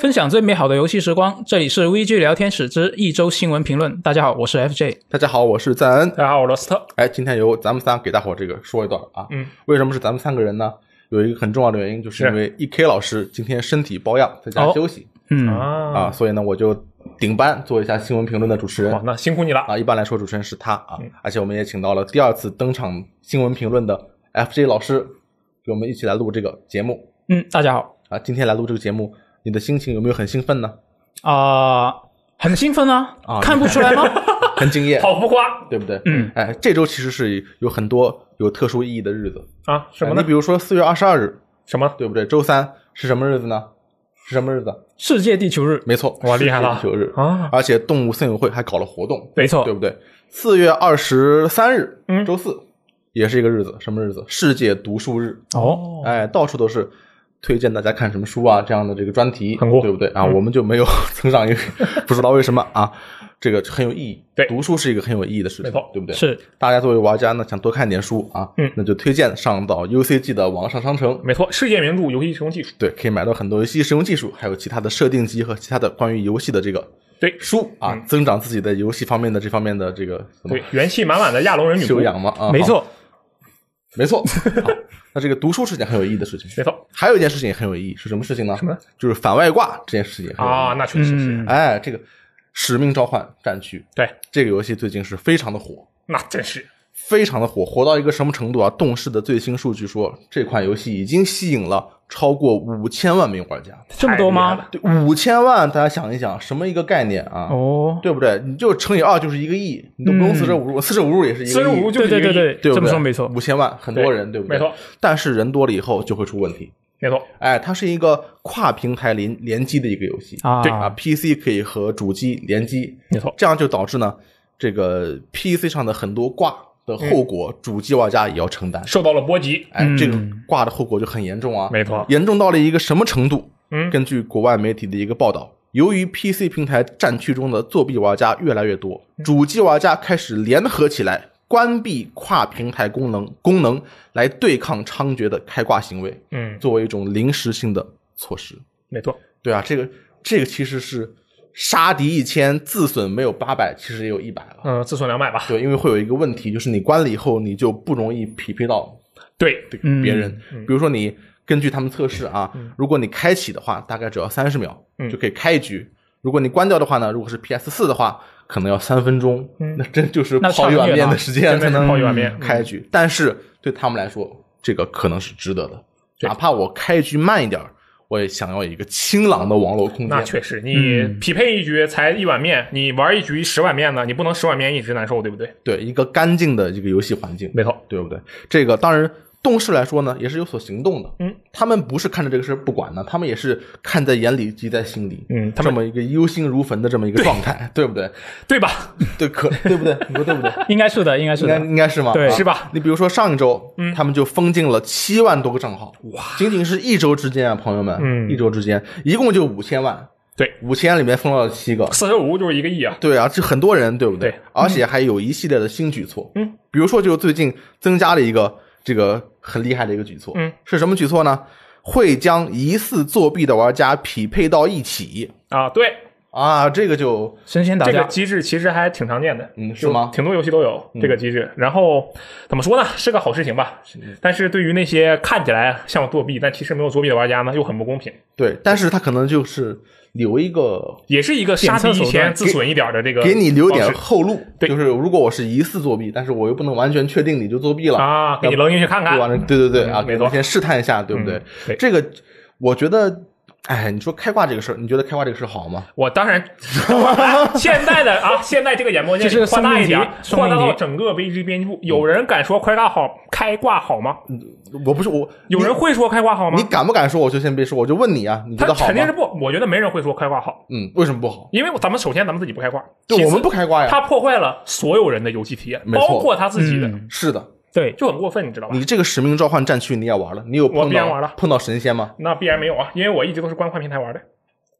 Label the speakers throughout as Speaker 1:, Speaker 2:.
Speaker 1: 分享最美好的游戏时光，这里是 VG 聊天室之一周新闻评论。大家好，我是 FJ。
Speaker 2: 大家好，我是赞恩。
Speaker 3: 大家好，我罗斯特。
Speaker 2: 哎，今天由咱们仨给大伙这个说一段啊。
Speaker 3: 嗯，
Speaker 2: 为什么是咱们三个人呢？有一个很重要的原因，就是因为 E K 老师今天身体包恙，在家
Speaker 1: 哦
Speaker 2: 休息、
Speaker 1: 嗯，
Speaker 3: 啊
Speaker 2: 啊，所以呢，我就顶班做一下新闻评论的主持人
Speaker 3: 哇，那嗯辛苦你了。
Speaker 2: 啊。一般来说，主持人是他啊，而且我们也请到了第二次登场新闻评论的 F J 老师，给我们一起来录这个节目
Speaker 1: 嗯，大家好
Speaker 2: 啊。今天来录这个节目，你的心情有没有很兴奋 呢？
Speaker 1: 啊、很兴奋啊，
Speaker 2: 啊
Speaker 1: 看不出来吗？
Speaker 2: 很敬业，
Speaker 3: 好浮夸
Speaker 2: 对不对？
Speaker 1: 嗯，
Speaker 2: 哎，这周其实是有很多有特殊意义的日子，
Speaker 3: 啊！什么
Speaker 2: 哎
Speaker 3: 呢
Speaker 2: 你比？如说四月二十二日，
Speaker 3: 什么？
Speaker 2: 对不对？周三是什么日子呢？是什么日子？
Speaker 1: 世界地球日，
Speaker 2: 没错，
Speaker 3: 哇厉害
Speaker 2: 世界
Speaker 3: 了
Speaker 2: 地球日
Speaker 3: 啊！
Speaker 2: 而且动物森友会还搞了活动，
Speaker 1: 没错
Speaker 2: 对，不对？四月二十三日，
Speaker 3: 嗯
Speaker 2: 周四也是一个日子，什么日子？世界读书日。
Speaker 1: 哦，
Speaker 2: 哎，到处都是推荐大家看什么书啊这样的这个专题，
Speaker 3: 很酷嗯
Speaker 2: 对不对啊？我们就没有 蹭上一个，不知道为什么啊，这个很有意义。
Speaker 3: 对
Speaker 2: 读书是一个很有意义的事情，
Speaker 3: 没错
Speaker 2: 对不对？
Speaker 1: 是
Speaker 2: 大家作为玩家呢，想多看点书啊，
Speaker 3: 嗯
Speaker 2: 那就推荐上到 UCG 的网上商城，
Speaker 3: 没错，世界名著游戏使用技术。
Speaker 2: 对，可以买到很多游戏使用技术，还有其他的设定集和其他的关于游戏的这个
Speaker 3: 对
Speaker 2: 书啊，
Speaker 3: 嗯
Speaker 2: 增长自己的游戏方面的这方面的这个什么
Speaker 3: 对，元气满满的亚龙人女
Speaker 2: 修
Speaker 3: 仆。
Speaker 2: 养嘛啊，
Speaker 1: 没错，
Speaker 2: 没错。好那这个读书是件很有意义的事情，
Speaker 3: 没错
Speaker 2: 还有一件事情也很有意义，是什么事情呢？
Speaker 3: 什么？
Speaker 2: 就是反外挂这件事情也很有意义
Speaker 3: 啊，那确实是。
Speaker 1: 嗯，
Speaker 2: 哎，这个《使命召唤：战区》
Speaker 3: 对，
Speaker 2: 这个游戏最近是非常的火，
Speaker 3: 那真是
Speaker 2: 非常的火，火到一个什么程度啊？动视的最新数据说，这款游戏已经吸引了超过五千万名玩家。
Speaker 1: 这么多
Speaker 3: 太厉害
Speaker 1: 吗
Speaker 3: 了？
Speaker 2: 对，五千万，大家想一想，什么一个概念啊？
Speaker 1: 哦，
Speaker 2: 对不对？你就乘以二就是一个亿，你都不用
Speaker 1: 嗯
Speaker 2: 四舍五入，四舍五入也是一个亿，
Speaker 3: 四舍五入就
Speaker 1: 对对
Speaker 3: 是一个
Speaker 1: 对
Speaker 3: 亿
Speaker 1: 对，
Speaker 2: 对
Speaker 1: 这
Speaker 2: 不对？
Speaker 1: 么说没错。
Speaker 2: 五千万很多人，对不对？
Speaker 3: 没错。
Speaker 2: 但是人多了以后就会出问题。
Speaker 3: 没错，
Speaker 2: 哎，它是一个跨平台联联机的一个游戏
Speaker 1: 啊
Speaker 3: 对
Speaker 2: 啊，PC 可以和主机联机，
Speaker 3: 没错，
Speaker 2: 这样就导致呢，这个 PC 上的很多挂的后果，主机玩家也要承担。
Speaker 3: 受到了波及。
Speaker 2: 哎，
Speaker 1: 嗯
Speaker 2: 这个挂的后果就很严重啊，
Speaker 3: 没错
Speaker 2: 严重到了一个什么程度？
Speaker 3: 嗯
Speaker 2: 根据国外媒体的一个报道，由于 PC 平台战区中的作弊玩家越来越多，
Speaker 3: 嗯
Speaker 2: 主机玩家开始联合起来关闭跨平台功能功能，来对抗猖獗的开挂行为，
Speaker 3: 嗯，
Speaker 2: 作为一种临时性的措施。
Speaker 3: 没错，
Speaker 2: 对啊，这个这个其实是杀敌一千，自损没有八百，其实也有一百了。
Speaker 3: 嗯，自损两百吧。
Speaker 2: 对，因为会有一个问题，就是你关了以后，你就不容易匹配到
Speaker 3: 对，
Speaker 2: 这
Speaker 1: 嗯
Speaker 2: 个别人。比如说你根据他们测试啊，如果你开启的话，大概只要三十秒、
Speaker 3: 嗯
Speaker 2: 就可以开一局；如果你关掉的话呢，如果是 PS 四的话，可能要三分钟，
Speaker 3: 嗯
Speaker 2: 那真就是
Speaker 1: 那
Speaker 2: 泡一
Speaker 1: 长
Speaker 2: 碗
Speaker 1: 远
Speaker 2: 面
Speaker 1: 了
Speaker 2: 的时间
Speaker 3: 真的
Speaker 2: 才
Speaker 3: 是
Speaker 2: 能
Speaker 3: 泡一碗面嗯
Speaker 2: 开一局。但是对他们来说，这个可能是值得的，哪怕我开一局慢一点儿，我也想要一个清朗的网络空
Speaker 3: 那
Speaker 2: 间。
Speaker 3: 确实，你
Speaker 1: 嗯
Speaker 3: 匹配一局才一碗面，你玩一局十碗面呢，你不能十碗面一直难受，对不对？
Speaker 2: 对，一个干净的这个游戏环境。
Speaker 3: 没错，
Speaker 2: 对不对？这个当然，动视来说呢，也是有所行动的。
Speaker 3: 嗯，
Speaker 2: 他们不是看着这个事儿不管呢，他们也是看在眼里，急在心里。
Speaker 3: 嗯他
Speaker 2: 这么一个忧心如焚的这么一个状态，对不对？
Speaker 3: 对吧？
Speaker 2: 对， 可对不对？你说对不对？
Speaker 1: 应该是的，应该是
Speaker 2: 应该
Speaker 1: 的。
Speaker 2: 应该是吗？
Speaker 1: 对
Speaker 2: 啊
Speaker 3: 是吧？嗯
Speaker 2: 你比如说上一周，他们就封禁了七万多个账号，哇！仅仅是一周之间啊，朋友们，
Speaker 3: 嗯
Speaker 2: 一周之间一共就五千万，
Speaker 3: 对，
Speaker 2: 五千里面封了七个，
Speaker 3: 四舍五入就是一个亿啊。
Speaker 2: 对啊，这很多人对不对？
Speaker 3: 对
Speaker 2: 而且还有一系列的新举措，
Speaker 3: 嗯，
Speaker 2: 比如说就最近增加了一个这个很厉害的一个举措，
Speaker 3: 嗯，
Speaker 2: 是什么举措呢？会将疑似作弊的玩家匹配到一起
Speaker 3: 啊，对，
Speaker 2: 啊，这个就
Speaker 1: 神仙打
Speaker 3: 这个
Speaker 1: 架，
Speaker 3: 机制其实还挺常见的，
Speaker 2: 嗯是
Speaker 3: 有
Speaker 2: 吗嗯
Speaker 3: 挺多游戏都有这个机制。然后怎么说呢，是个好事情吧。但是对于那些看起来像作弊，但其实没有作弊的玩家呢，又很不公平，
Speaker 2: 对，但是他可能就是留一个
Speaker 3: 也是一个杀敌
Speaker 1: 点
Speaker 3: 一
Speaker 1: 策手段
Speaker 3: 千自损一点的这个，
Speaker 2: 给你留点后路，
Speaker 3: 对
Speaker 2: 就是如果我是疑似作弊，但是我又不能完全确定你就作弊了，
Speaker 3: 啊，给你扔进去看看
Speaker 2: 对。吧？对对对啊，
Speaker 3: 嗯
Speaker 2: 给他
Speaker 3: 没错
Speaker 2: 们先试探一下，对不对
Speaker 3: 嗯？对
Speaker 2: 这个我觉得，哎，你说开挂这个事儿，你觉得开挂这个事儿好吗？
Speaker 3: 我当然， 现在的啊，现在这个眼 光
Speaker 1: 这是
Speaker 3: 线
Speaker 1: 个
Speaker 3: 扩大一点
Speaker 1: 生命，题
Speaker 3: 扩
Speaker 1: 生
Speaker 3: 大
Speaker 1: 命
Speaker 3: 到
Speaker 1: 题
Speaker 3: 整个 VG 编辑
Speaker 2: 嗯
Speaker 3: 部。有人敢说快挂好开挂好吗？
Speaker 2: 我不是我，
Speaker 3: 有人会说开挂好
Speaker 2: 嗯
Speaker 3: 吗
Speaker 2: 你？敢不敢说？我就先别说，我就问你啊，你觉
Speaker 3: 他
Speaker 2: 得好吗？
Speaker 3: 肯定是不，我觉得没人会说开挂好，
Speaker 2: 嗯，为什么不好？
Speaker 3: 因为咱们首先咱们自己不开挂，
Speaker 2: 就
Speaker 3: 其
Speaker 2: 我
Speaker 3: 次
Speaker 2: 们不开挂呀。
Speaker 3: 他破坏了所有人的游戏体验，
Speaker 2: 哎没错嗯
Speaker 3: 包括他自己的，
Speaker 1: 嗯
Speaker 2: 是的，
Speaker 1: 对，
Speaker 3: 就很过分，你知道吧？
Speaker 2: 你这个使命召唤战区你也玩了，你有
Speaker 3: 我
Speaker 2: 碰
Speaker 3: 必然玩
Speaker 2: 到
Speaker 3: 了
Speaker 2: 碰到神仙吗？
Speaker 3: 那必然没有啊，因为我一直都是观看平台玩的。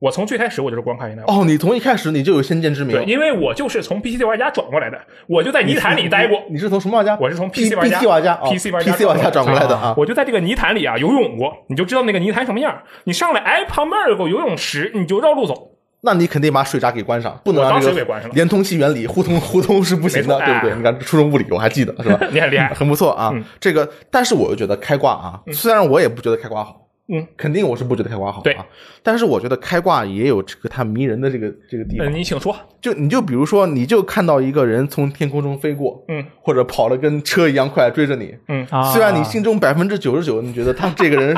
Speaker 3: 我从最开始我就是光看平台玩。
Speaker 2: 哦，你从一开始你就有先见之明，哦
Speaker 3: 对，因为我就是从 PC 玩家转过来的，我就在泥潭里待过。
Speaker 2: 你是从什么玩家？
Speaker 3: 我是从
Speaker 2: P
Speaker 3: PC 玩家
Speaker 2: PC 玩家
Speaker 3: PC 玩家
Speaker 2: PC 玩家转过来的啊。
Speaker 3: 我就在这个泥潭里啊游泳过，你就知道那个泥潭什么样。你上来，哎，旁边有个游泳池，你就绕路 走。
Speaker 2: 那你肯定把水闸给关上，不能让
Speaker 3: 我把
Speaker 2: 这
Speaker 3: 水
Speaker 2: 个
Speaker 3: 给关上了
Speaker 2: 连通器原理互通 互通是不行的，
Speaker 3: 没错
Speaker 2: 对不对？
Speaker 3: 哎嗯
Speaker 2: 你看初中物理我还记得是吧？
Speaker 3: 你很 厉害，
Speaker 2: 很不错啊，这个，但是我又觉得开挂啊，虽然我也不觉得开挂好，
Speaker 3: 嗯，
Speaker 2: 肯定我是不觉得开挂好、啊，
Speaker 3: 对，
Speaker 2: 但是我觉得开挂也有这个它迷人的这个这个地
Speaker 3: 嗯，
Speaker 2: 方，
Speaker 3: 你请说。
Speaker 2: 就你就比如说，你就看到一个人从天空中飞过，
Speaker 3: 嗯，
Speaker 2: 或者跑得跟车一样快追着你，
Speaker 3: 嗯
Speaker 1: 啊
Speaker 2: 虽然你心中百分之九十九，你觉得他这个人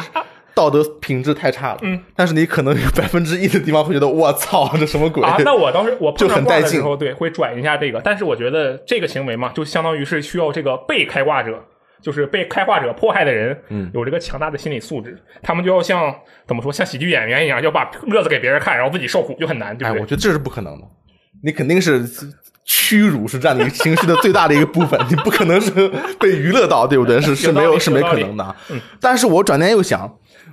Speaker 2: 道德品质太差了，嗯，但是你可能有百分之一的地方会觉得我操，这什么 鬼？
Speaker 3: 啊，那我当时我碰
Speaker 2: 就
Speaker 3: 上
Speaker 2: 很
Speaker 3: 挂
Speaker 2: 带
Speaker 3: 的时
Speaker 2: 劲
Speaker 3: 候，对，会转一下这个。但是我觉得这个行为嘛，就相当于是需要这个被开挂者，就是被开挂者迫害的人，嗯，有这个强大的心理素质，他们就要像怎么说，像喜剧演员一样，要把乐子给别人看，然后自己受苦，就很难，对
Speaker 2: 哎，
Speaker 3: 不
Speaker 2: 我
Speaker 3: 对？
Speaker 2: 觉得这是不可能的，你肯定是屈辱是占你情绪的最大的一个部分，你不可能是被娱乐到，对不对？是是
Speaker 3: 有道
Speaker 2: 没
Speaker 3: 理嗯
Speaker 2: 有是没
Speaker 3: 有道
Speaker 2: 可
Speaker 3: 理
Speaker 2: 能的啊。但是我转念又想，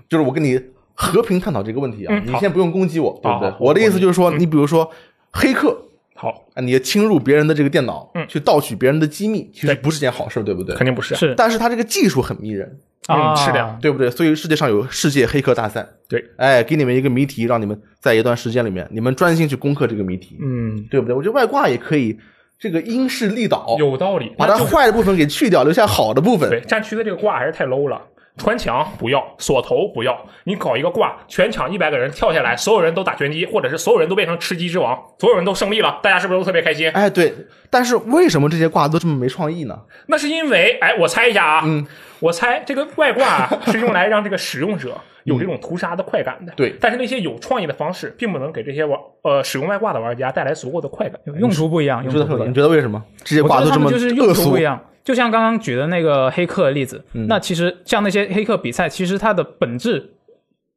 Speaker 2: 就是我跟你和平探讨这个问题啊，
Speaker 3: 嗯
Speaker 2: 你
Speaker 3: 好
Speaker 2: 先不用攻击我，对不对
Speaker 3: 好好？
Speaker 2: 我的意思就是
Speaker 3: 嗯
Speaker 2: 说，你比如说黑客。
Speaker 3: 好，
Speaker 2: 啊，你侵入别人的这个电脑，
Speaker 3: 嗯
Speaker 2: 去盗取别人的机密，其实
Speaker 3: 对
Speaker 2: 不是件好事，对不对？
Speaker 3: 肯定不是，
Speaker 1: 是
Speaker 2: 但是他这个技术很迷人，
Speaker 1: 啊，
Speaker 3: 嗯是这样
Speaker 2: 对不对？所以世界上有世界黑客大赛，
Speaker 3: 对，
Speaker 2: 哎，给你们一个谜题，让你们在一段时间里面，你们专心去攻克这个谜题，
Speaker 3: 嗯，
Speaker 2: 对不对？我觉得外挂也可以，这个因势利导，
Speaker 3: 有道理。
Speaker 2: 把
Speaker 3: 那
Speaker 2: 它
Speaker 3: 就
Speaker 2: 坏的部分给去掉，留下好的部
Speaker 3: 对
Speaker 2: 分。
Speaker 3: 战区的这个挂还是太 low 了。穿墙不要，锁头不要，你搞一个挂，全场一百个人跳下来，所有人都打拳击，或者是所有人都变成吃鸡之王，所有人都胜利了，大家是不是都特别开心？
Speaker 2: 哎，对，但是为什么这些挂都这么没创意呢？
Speaker 3: 那是因为，哎，我猜一下啊，
Speaker 2: 嗯
Speaker 3: 我猜这个外挂啊是用来让这个使 用者有这种屠杀的快感的。
Speaker 2: 嗯对
Speaker 3: 但是那些有创意的方式，并不能给这些玩呃使用外挂的玩家带来足够的快感。
Speaker 1: 用途不一样，
Speaker 2: 你
Speaker 1: 用
Speaker 2: 觉
Speaker 1: 途不一
Speaker 2: 得
Speaker 1: 样
Speaker 2: 你。觉得为什么这些
Speaker 1: 我觉
Speaker 2: 挂
Speaker 1: 得
Speaker 2: 都
Speaker 1: 他
Speaker 2: 这
Speaker 1: 们就
Speaker 2: 么
Speaker 1: 是用
Speaker 2: 恶
Speaker 1: 途啊
Speaker 2: 俗
Speaker 1: 不一？样。就像刚刚举的那个黑客的例子，
Speaker 2: 嗯
Speaker 1: 那其实像那些黑客比赛，其实它的本质，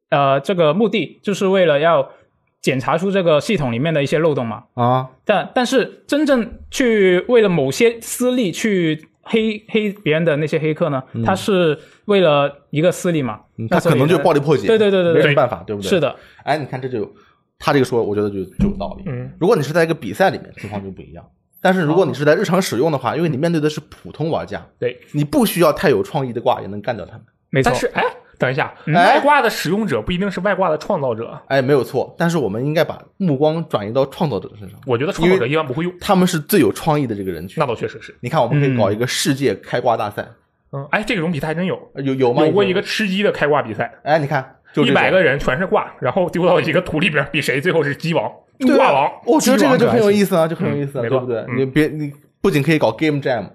Speaker 1: 呃，这个目的就是为了要检查出这个系统里面的一些漏洞嘛。
Speaker 2: 啊？
Speaker 1: 但但是真正去为了某些私利去黑黑别人的那些黑客呢，他是为了一个私利嘛，
Speaker 2: 嗯他可能就暴力破解，
Speaker 1: 对对对对对
Speaker 2: 没什么
Speaker 3: 对
Speaker 2: 办法，对不对？
Speaker 1: 是的，
Speaker 2: 哎，你看这就有他这个说，我觉得就就有道理。
Speaker 3: 嗯，
Speaker 2: 如果你是在一个比赛里面，情况就不一样。但是如果你是在日常使用的话，因为你面对的是普通玩家，
Speaker 3: 对，
Speaker 2: 你不需要太有创意的挂也能干掉他们。
Speaker 1: 没错
Speaker 3: 但。是哎，等一下，
Speaker 2: 哎
Speaker 3: 外挂的使用者不一定是外挂的创造者。
Speaker 2: 哎，没有错。但是我们应该把目光转移到创造者身上，
Speaker 3: 我觉得创造者一般不会用，
Speaker 2: 他们是最有创意的这个人群
Speaker 3: 那。嗯倒确实是。
Speaker 2: 你看，我们可以搞一个世界开挂大赛，呃
Speaker 3: 嗯，哎，这种比赛还真有，
Speaker 2: 有有吗？
Speaker 3: 有过一个。吃鸡的开挂比赛，
Speaker 2: 哎，你看，就
Speaker 3: 一
Speaker 2: 这种
Speaker 3: 百个人全是挂，然后丢到一个土里边，比谁最后是鸡王、
Speaker 2: 对啊
Speaker 3: 挂王。
Speaker 2: 我觉得这个就很有意思啊，就很有
Speaker 3: 嗯
Speaker 2: 意思啊，
Speaker 3: 没
Speaker 2: 对不
Speaker 3: 错
Speaker 2: 对？
Speaker 3: 嗯
Speaker 2: 你别，你不仅可以搞 game jam，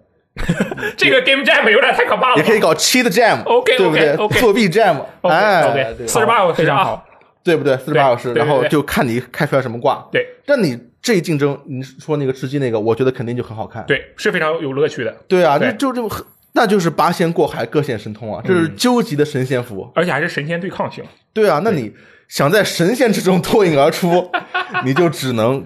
Speaker 3: 这个 game jam 有点太可怕了
Speaker 2: 也。可以搞七的 jam，
Speaker 3: OK，OK，
Speaker 2: 对不对
Speaker 3: OK
Speaker 2: 作弊 jam，哎
Speaker 3: OK，，四十八小时
Speaker 1: 非常
Speaker 3: 啊
Speaker 1: 好，
Speaker 2: 对不对？四十八小时，
Speaker 3: 对对
Speaker 2: 然后
Speaker 3: 对
Speaker 2: 就看你开出来什么挂。
Speaker 3: 对
Speaker 2: 但你这一竞争，你说那个吃鸡那个，我觉得肯定就很好看。
Speaker 3: 对，是非常有乐趣的，
Speaker 2: 对啊，就
Speaker 3: 对
Speaker 2: 就这么很，那就是八仙过海，各显神通啊，这是
Speaker 3: 嗯
Speaker 2: 究极的神仙服。
Speaker 3: 而且还是神仙对抗型。
Speaker 2: 对啊，那你想在神仙之中 脱颖而出，你就只能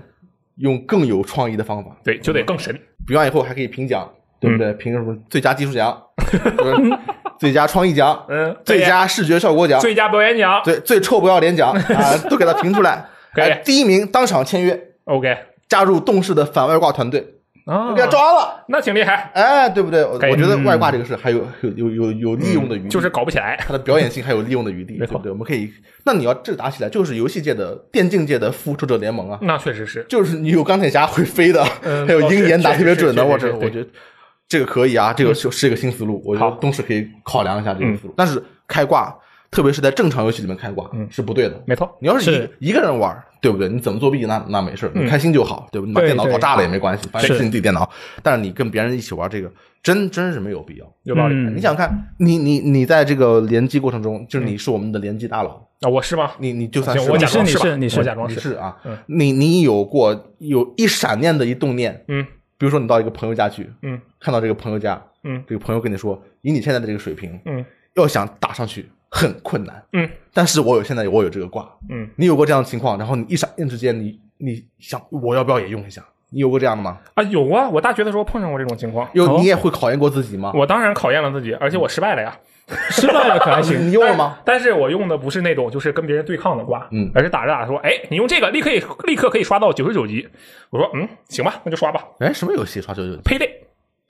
Speaker 2: 用更有创意的方法。
Speaker 3: 对，就得更神。
Speaker 2: 比完以后还可以评奖，对不
Speaker 3: 嗯
Speaker 2: 对？评什么最佳技术奖、就是最佳创意奖、
Speaker 3: 嗯，
Speaker 2: 最
Speaker 3: 对呀
Speaker 2: 佳视觉效果奖、
Speaker 3: 最佳表演奖。
Speaker 2: 最最臭不要脸奖啊，都给他评出来。
Speaker 3: 可以
Speaker 2: 哎，第一名当场签约，
Speaker 3: OK
Speaker 2: 加入动视的反外挂团队，
Speaker 3: 啊
Speaker 2: 给他抓了。
Speaker 3: 那挺厉害，
Speaker 2: 哎，对不对？我
Speaker 3: 可以嗯
Speaker 2: 我觉得外挂这个事还有有有有有利用的余地，
Speaker 3: 就是搞不起来。
Speaker 2: 它的表演性还有利用的余地，对
Speaker 3: 没错
Speaker 2: 不对？我们可以，那你要这打起来，就是游戏界的电竞界的复仇者联盟啊，
Speaker 3: 那确实是，
Speaker 2: 就是你有钢铁侠会飞的，
Speaker 3: 嗯
Speaker 2: 还有鹰眼打特别准的，
Speaker 3: 哦
Speaker 2: 我这
Speaker 3: 是确实是
Speaker 2: 我
Speaker 3: 对嗯
Speaker 2: 觉得这个可以啊，这个就是一个新思路，我觉得
Speaker 3: 好嗯
Speaker 2: 东视可以考量一下这个思路。但是开挂，特别是在正常游戏里面开挂
Speaker 3: 嗯
Speaker 2: 是不对的，
Speaker 3: 没错。
Speaker 2: 你要是一
Speaker 1: 是
Speaker 2: 一个人玩儿，对不对？你怎么作弊那那没事儿，你开心就好，对不对？你把
Speaker 1: 对
Speaker 2: 电脑
Speaker 1: 对
Speaker 2: 搞炸了也没关系，反正
Speaker 1: 是
Speaker 2: 是你自己电脑。但是你跟别人一起玩这个，真真是没有必要。
Speaker 3: 有道理
Speaker 1: 嗯
Speaker 2: 你想看，你你你在这个联机过程中，就是你是我们的联机大佬，
Speaker 3: 啊，我是吗？
Speaker 2: 你你就算
Speaker 3: 行，
Speaker 2: 是
Speaker 3: 我
Speaker 2: 吧
Speaker 3: 假
Speaker 1: 是
Speaker 3: 装
Speaker 1: 你
Speaker 3: 吧
Speaker 1: 是你是
Speaker 3: 我假装
Speaker 2: 你
Speaker 3: 是。嗯
Speaker 2: 是啊，你你有过有一闪念的一动念，
Speaker 3: 嗯
Speaker 2: 比如说你到一个朋友家去，
Speaker 3: 嗯，
Speaker 2: 看到这个朋友家，
Speaker 3: 嗯，
Speaker 2: 这个朋友跟你说，以你现在的这个水平，
Speaker 3: 嗯
Speaker 2: 要想打上去很困难，
Speaker 3: 嗯
Speaker 2: 但是我有现在我有这个挂，
Speaker 3: 嗯。
Speaker 2: 你有过这样的情况，然后你一闪念之间，你你想我要不要也用一下？你有过这样的吗？
Speaker 3: 啊，有啊！我大学的时候碰上过这种情况，
Speaker 2: 有、
Speaker 1: 哦
Speaker 2: 你也会考验过自己吗？
Speaker 3: 我当然考验了自己，而且我失败了呀。
Speaker 1: 失败了可还行。
Speaker 2: 你用了吗？
Speaker 3: 但是我用的不是那种就是跟别人对抗的挂，
Speaker 2: 嗯
Speaker 3: 而是打着打着说，哎，你用这个立刻也立刻可以刷到九十九级。我说，嗯，行吧，那就刷吧。
Speaker 2: 哎，什么游戏刷九九？
Speaker 3: 配对，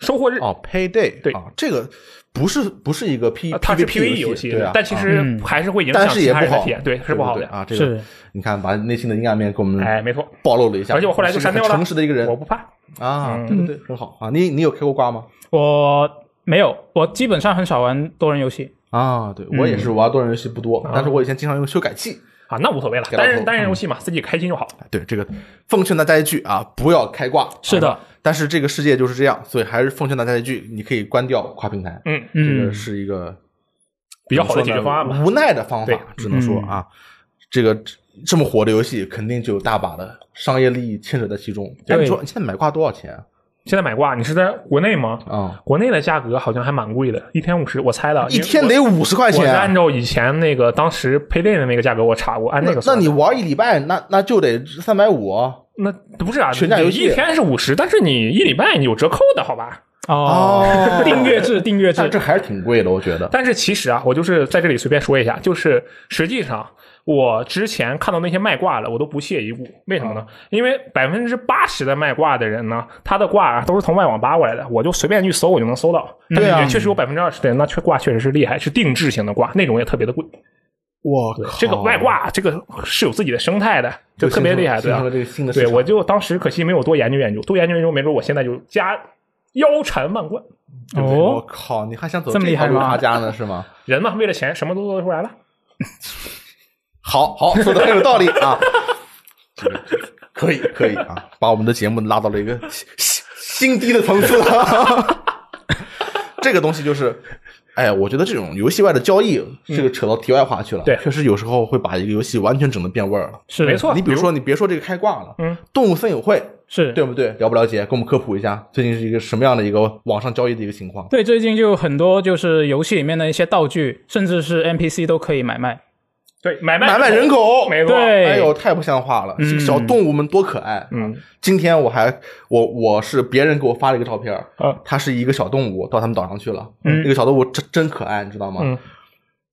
Speaker 3: 收获日，
Speaker 2: 哦，Payday，
Speaker 3: 对
Speaker 2: 啊，这个不是不是一个 P，
Speaker 3: 呃它是
Speaker 2: PVP
Speaker 3: PVE
Speaker 2: 游
Speaker 3: 游戏，
Speaker 2: 对啊，
Speaker 3: 但其实还是会影响
Speaker 2: 但是也
Speaker 3: 其他
Speaker 2: 不
Speaker 3: 人的
Speaker 2: 好
Speaker 3: 体验，对，是不好
Speaker 2: 对
Speaker 3: 的。
Speaker 2: 对啊，这个
Speaker 1: 是
Speaker 2: 你看把内心的阴暗面给我们
Speaker 3: 哎，没错，
Speaker 2: 暴露了一下，
Speaker 3: 而且我后来就删掉了
Speaker 2: 是很诚实的一个人
Speaker 3: 我不嗯怕。
Speaker 2: 啊，对对对，很好啊，你你有开过挂吗？
Speaker 1: 我没有，我基本上很少玩多人游戏。
Speaker 2: 啊，对我也
Speaker 3: 嗯
Speaker 2: 是玩多人游戏不多，但是我以前经常用修改器。
Speaker 3: 啊，那无所谓了，
Speaker 2: 给嗯到
Speaker 3: 单
Speaker 2: 头
Speaker 3: 人单人游戏嘛，自己开心就好。
Speaker 2: 对这个，奉劝大家一句啊，不要开挂。啊
Speaker 1: 是的，
Speaker 2: 但是这个世界就是这样，所以还是奉劝大家一句，你可以关掉跨平台，
Speaker 3: 嗯，
Speaker 2: 这
Speaker 1: 嗯
Speaker 2: 个，是一个
Speaker 3: 比较好的解决方案吧。
Speaker 2: 无奈的方
Speaker 3: 对嗯
Speaker 2: 法，只能说啊，这个这么火的游戏，肯定就有大把的商业利益牵扯在其中。哎，
Speaker 1: 对
Speaker 2: 你说你现在买挂多少钱啊？
Speaker 3: 现在买挂，你是在国内吗？
Speaker 2: 啊
Speaker 3: 国内的价格好像还蛮贵的，一天五十，我猜的，
Speaker 2: 一
Speaker 3: 因为
Speaker 2: 天
Speaker 3: 我
Speaker 2: 得五十块
Speaker 3: 我是按
Speaker 2: 钱。啊
Speaker 3: 照以前那个当时配对的那个价格，我查过，按
Speaker 2: 那
Speaker 3: 那个算
Speaker 2: 那你玩一礼拜，那那就得三百五
Speaker 3: 那不是啊，
Speaker 2: 全价游戏
Speaker 3: 你一天是五十，但是你一礼拜你有折扣的好吧？
Speaker 1: 哦，
Speaker 2: 哦
Speaker 1: 订阅制，订阅制
Speaker 2: 但，这还是挺贵的，我觉得。
Speaker 3: 但是其实啊，我就是在这里随便说一下，就是实际上我之前看到那些卖挂的，我都不屑一顾。为什么
Speaker 2: 嗯
Speaker 3: 呢？因为百分之八十的卖挂的人呢，他的挂啊都是从外网扒过来的，我就随便去搜，我就能搜到。但
Speaker 2: 对啊
Speaker 3: 是也确实有百分之二十的人，那确挂确实是厉害，是定制型的挂，那种也特别的贵。
Speaker 2: 我
Speaker 3: 对
Speaker 2: 靠，
Speaker 3: 这个外挂这个是有自己的生态的，就特别厉害，
Speaker 2: 形
Speaker 3: 对吧
Speaker 2: 成了？这个新的市
Speaker 3: 对，
Speaker 2: 场
Speaker 3: 我就当时可惜没有多研究研究，多研究研究，没准我现在就加腰缠万贯。
Speaker 2: 对不对我
Speaker 1: 哦，
Speaker 2: 靠，你还想走
Speaker 1: 这么厉害
Speaker 2: 条路
Speaker 1: 吗
Speaker 2: 发家呢是吗？
Speaker 3: 人嘛，为了钱什么都做得出来了。
Speaker 2: 好好说的很有道理啊， 这个这个可以可以啊，把我们的节目拉到了一个新新新低的层次了。 这个东西就是，哎，我觉得这种游戏外的交易，这个扯到题外话去了。
Speaker 3: 嗯对
Speaker 2: 确实有时候会把一个游戏完全整的变味儿了。
Speaker 1: 是
Speaker 3: 没错
Speaker 2: 你比如说，你别说这个开挂了，
Speaker 3: 嗯，
Speaker 2: 动物森友会，
Speaker 1: 是
Speaker 2: 对不对？了不了解？给我们科普一下，最近是一个什么样的一个网上交易的一个情况？
Speaker 1: 对，最近就很多就是游戏里面的一些道具，甚至是 NPC 都可以买卖。
Speaker 3: 对，买卖
Speaker 2: 买卖人口，
Speaker 3: 没错。
Speaker 1: 对
Speaker 2: 哎呦，太不像话了！
Speaker 1: 嗯
Speaker 2: 小动物们多可爱。
Speaker 3: 嗯，
Speaker 2: 今天我还我我是别人给我发了一个照片，
Speaker 3: 啊
Speaker 2: 它是一个小动物到他们岛上去了。
Speaker 1: 嗯
Speaker 2: 这个小动物真真可爱，你知道吗？
Speaker 3: 嗯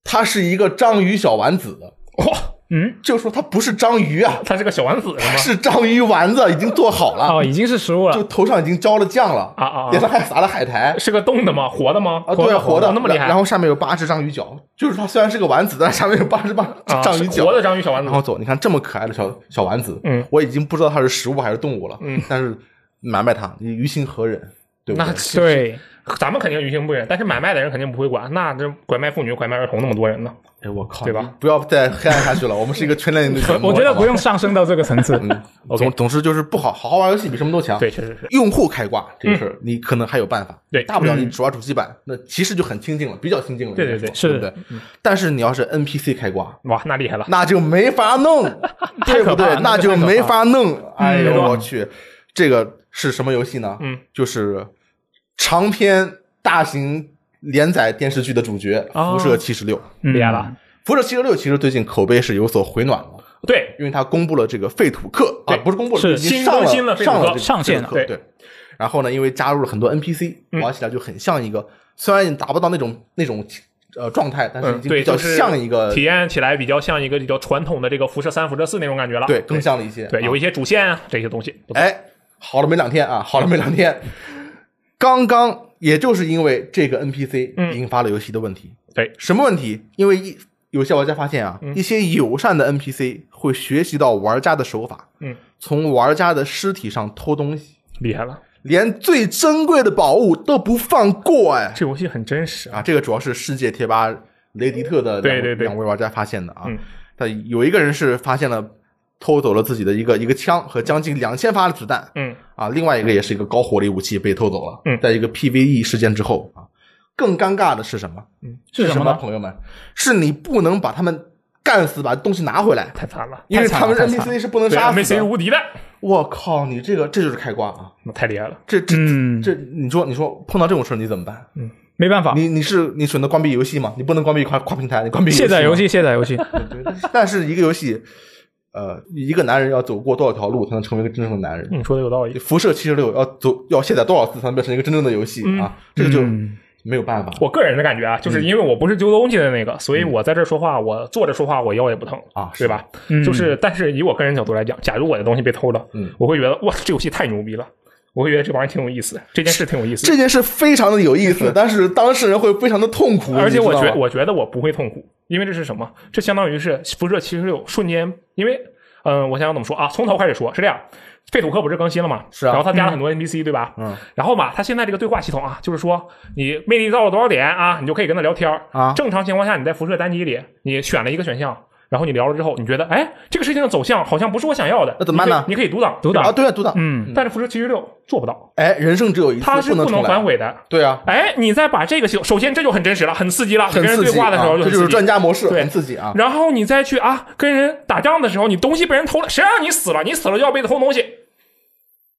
Speaker 2: 它是一个章鱼小丸子，
Speaker 3: 哇、
Speaker 1: 嗯，
Speaker 2: 就说它不是章鱼啊，
Speaker 3: 他是个小丸子是吗？
Speaker 2: 是章鱼丸子，已经做好了，
Speaker 1: 哦，已经是食物
Speaker 2: 啊就
Speaker 1: 了。
Speaker 2: 头上已经浇了酱了，
Speaker 3: 啊啊啊
Speaker 2: 脸上还撒了海苔。
Speaker 3: 是个动的吗？活的吗？
Speaker 2: 啊，对，活
Speaker 3: 的
Speaker 2: 的
Speaker 3: 哦那么厉害。
Speaker 2: 然后下面有八只章鱼脚，就是它虽然是个丸子，但是下面有八只八
Speaker 3: 啊
Speaker 2: 章鱼
Speaker 3: 是
Speaker 2: 脚，
Speaker 3: 活的章鱼小丸子
Speaker 2: 然后走，你看这么可爱的小小丸子，
Speaker 3: 嗯，
Speaker 2: 我已经不知道它是食物还是动物了，
Speaker 3: 嗯，
Speaker 2: 但是买卖它，你于心何忍？对不
Speaker 3: 那
Speaker 2: 对？
Speaker 3: 是
Speaker 1: 对，
Speaker 3: 咱们肯定于心不忍，但是买卖的人肯定不会管。那这拐卖妇女、拐卖儿童那么多人呢？
Speaker 2: 哎，我靠，
Speaker 3: 对吧
Speaker 2: 你不要再黑暗下去了，我们是一个全年龄的节 目，
Speaker 1: 我觉得
Speaker 2: 好吧
Speaker 1: 不。用上升到这个 层次。
Speaker 2: 嗯，总总之就是不好，好好玩游戏比什么都强。
Speaker 3: 对，，确实是。
Speaker 2: 用户开挂这个事儿，你可能还有办法。
Speaker 3: 对嗯
Speaker 2: 大不了你只玩主机版，那其实就很清静了，比较清静了。
Speaker 3: 对
Speaker 2: 应该
Speaker 3: 对对嗯
Speaker 2: 说
Speaker 1: 是
Speaker 2: 对不对？但是你要是 NPC 开挂，
Speaker 3: 哇，那厉害 了。
Speaker 2: 那就没法弄，对不
Speaker 1: 可怕
Speaker 2: 对
Speaker 1: 了？
Speaker 2: 那
Speaker 1: 那就
Speaker 2: 就
Speaker 1: 太可怕
Speaker 2: 没法弄。哎呦
Speaker 3: 没错
Speaker 2: 我去，这个是什么游戏呢？
Speaker 3: 嗯，
Speaker 2: 就是长篇大型连载电视剧的主角《
Speaker 3: 哦
Speaker 2: 辐射七十六》。
Speaker 3: 厉害了
Speaker 1: 嗯。
Speaker 2: 《辐射七十六》其实最近口碑是有所回暖了，
Speaker 3: 对，
Speaker 2: 因为它公布了这个废土克啊，
Speaker 3: 对
Speaker 2: 不是公布了，
Speaker 1: 是
Speaker 2: 已经
Speaker 3: 新
Speaker 2: 上
Speaker 3: 更新
Speaker 2: 了
Speaker 3: 了废土
Speaker 2: 上了
Speaker 3: 克
Speaker 2: 这个
Speaker 1: 上线
Speaker 2: 这
Speaker 1: 了
Speaker 2: 个课对。然后呢，因为加入了很多 NPC，玩起来就很像一个，虽然达不到那种那种呃状态，但是已
Speaker 3: 嗯，
Speaker 2: 经
Speaker 3: 对，
Speaker 2: 比较
Speaker 3: 就是
Speaker 2: 像一个
Speaker 3: 体验起来比较像一个比较传统的这个辐射三、辐射四那种感觉了。
Speaker 2: 对更像了一些。
Speaker 3: 对，
Speaker 2: 啊
Speaker 3: 有一些主线啊这些东西。不错
Speaker 2: 哎，好了没两天啊，好了没两天，刚刚也就是因为这个 NPC
Speaker 3: 嗯
Speaker 2: 引发了游戏的问题。
Speaker 3: 对，
Speaker 2: 什么问题？因为一有些玩家发现啊，
Speaker 3: 嗯
Speaker 2: 一些友善的 NPC 会学习到玩家的手法，
Speaker 3: 嗯，
Speaker 2: 从玩家的尸体上偷东西，
Speaker 3: 厉害了，
Speaker 2: 连最珍贵的宝物都不放过，哎，
Speaker 3: 这游戏很真实啊。
Speaker 2: 啊，这个主要是世界贴吧雷迪特的两
Speaker 3: 对对对
Speaker 2: 两位玩家发现的啊
Speaker 3: 嗯。
Speaker 2: 他、有一个人是发现了偷走了自己的一个一个枪和将近两千发的子弹，
Speaker 3: 嗯，
Speaker 2: 啊，另外一个也是一个高火力武器被偷走了。
Speaker 3: 嗯
Speaker 2: 在一个 PVE 事件之后啊，更尴尬的是什么？
Speaker 1: 是什
Speaker 2: 什
Speaker 1: 么
Speaker 2: 么？
Speaker 1: 呢？
Speaker 2: 朋友们，是你不能把他们干死，把东西拿回来，
Speaker 3: 太惨了，
Speaker 2: 因为他们
Speaker 1: 太惨了
Speaker 2: NPC 是不能
Speaker 3: 对
Speaker 2: 杀
Speaker 3: ，MC
Speaker 2: 死
Speaker 3: 是
Speaker 2: 的。
Speaker 3: 无敌的，
Speaker 2: 我靠，你这个这就是开挂啊！
Speaker 3: 那太厉害了。
Speaker 2: 这这
Speaker 1: 嗯，
Speaker 2: 这，你说你说碰到这种事儿你怎么办？
Speaker 1: 没办法，
Speaker 2: 你你是你选择关闭游戏吗？你不能关闭跨跨平台，你关闭
Speaker 1: 卸载
Speaker 2: 游
Speaker 1: 游
Speaker 2: 戏
Speaker 1: 戏，卸载游戏。
Speaker 2: 吗。对对 但是一个游戏，呃，一个男人要走过多少条路才能成为一个真正的男人？
Speaker 3: 嗯你说的有道理。
Speaker 2: 辐射七十六要走要卸载多少次才能变成一个真正的游戏啊？这个就
Speaker 1: 嗯
Speaker 2: 没有办法。
Speaker 3: 我个人的感觉啊，
Speaker 2: 嗯
Speaker 3: 就是因为我不是丢东西的那个，所以我在这说话，我坐着说话，我腰也不疼
Speaker 2: 啊是
Speaker 3: 对吧？就是，但是以我个人角度来讲，假如我的东西被偷了，
Speaker 2: 嗯
Speaker 3: 我会觉得哇，这游戏太牛逼了，我会觉得这玩意儿挺有意思，这件事挺有意思
Speaker 2: 这，件事非常的有意思，但是当事人会非常的痛苦。
Speaker 3: 而且我
Speaker 2: 你
Speaker 3: 觉
Speaker 2: 知道吗
Speaker 3: 我觉得我不会痛苦，因为这是什么？这相当于是辐射七十六瞬间，因为嗯、呃我想想怎么说啊？从头开始说，是这样，废土克不是更新了嘛？
Speaker 2: 是啊
Speaker 3: 然后他加了很多 NPC，、对吧？
Speaker 2: 嗯。
Speaker 3: 然后嘛，他现在这个对话系统啊，就是说你魅力到了多少点啊，你就可以跟他聊天儿
Speaker 2: 啊
Speaker 3: 正常情况下，你在辐射单机里，你选了一个选项。然后你聊了之后，你觉得，哎，这个事情的走向好像不是我想要的，
Speaker 2: 那怎么办呢
Speaker 3: 你可以你可以独挡，
Speaker 1: 独挡
Speaker 2: 啊，对啊，督导，
Speaker 1: 嗯，
Speaker 3: 但是辐射七十六做不到，
Speaker 2: 哎，人生只有一次，
Speaker 3: 它是
Speaker 2: 能重
Speaker 3: 能
Speaker 2: 来。
Speaker 3: 反悔的。
Speaker 2: 对啊，
Speaker 3: 哎，你再把这个系统，首先这就很真实了，很刺激了，
Speaker 2: 很
Speaker 3: 跟人
Speaker 2: 刺
Speaker 3: 对
Speaker 2: 激
Speaker 3: 话的时
Speaker 2: 啊
Speaker 3: 候
Speaker 2: 这
Speaker 3: 很
Speaker 2: 就是
Speaker 3: 刺激。
Speaker 2: 专家模式，
Speaker 3: 对
Speaker 2: 很刺激啊。
Speaker 3: 然后你再去啊，跟人打仗的时候，你东西被人偷了，谁让你死了？你死了就要被偷东西，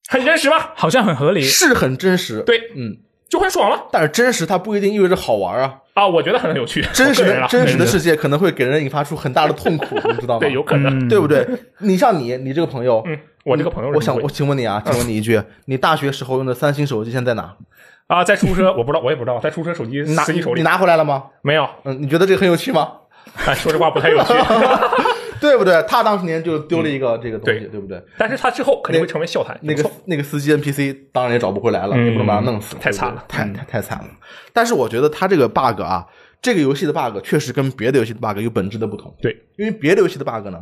Speaker 3: 很真实吧？
Speaker 1: 好像很合理。
Speaker 2: 是很真实，
Speaker 3: 对，
Speaker 2: 嗯，
Speaker 3: 就很爽了
Speaker 2: 但是真实它不一定意味着好玩啊。
Speaker 3: 啊！我觉得很有趣，
Speaker 2: 真实
Speaker 3: 我个人
Speaker 2: 的
Speaker 3: 啊
Speaker 2: 真实的世界可能会给人引发出很大的痛 苦，你知道吗？
Speaker 3: 对，有可能。
Speaker 1: 嗯，
Speaker 2: 对不对？你像你，你这个朋友，
Speaker 3: 嗯，我这个朋友是
Speaker 2: 我想
Speaker 3: 不会
Speaker 2: 我请问你啊，请问你一 句，你大学时候用的三星手机现在哪？
Speaker 3: 啊，在出 租车，我不知道，我也不知道，在出租车手机
Speaker 2: 你拿
Speaker 3: 司机手
Speaker 2: 你
Speaker 3: 里
Speaker 2: 拿回来了吗？
Speaker 3: 没有。
Speaker 2: 嗯，你觉得这个很有趣吗？
Speaker 3: 哎，说实话不太有趣，
Speaker 2: 对不对？他当年就丢了一个这个东西，
Speaker 3: 对
Speaker 2: 对不对？
Speaker 3: 但是他之后肯定会成为笑谈。
Speaker 2: 那
Speaker 3: 不
Speaker 2: 个
Speaker 3: 错
Speaker 2: 那个司机 NPC 当然也找不回来了，
Speaker 3: 嗯
Speaker 2: 也不能把他弄死，
Speaker 3: 太惨了
Speaker 2: 对不对太太太惨嗯了。但是我觉得他这个 bug 啊，这个游戏的 bug 确实跟别的游戏的 bug 有本质的不同。
Speaker 3: 对，
Speaker 2: 因为别的游戏的 bug 呢，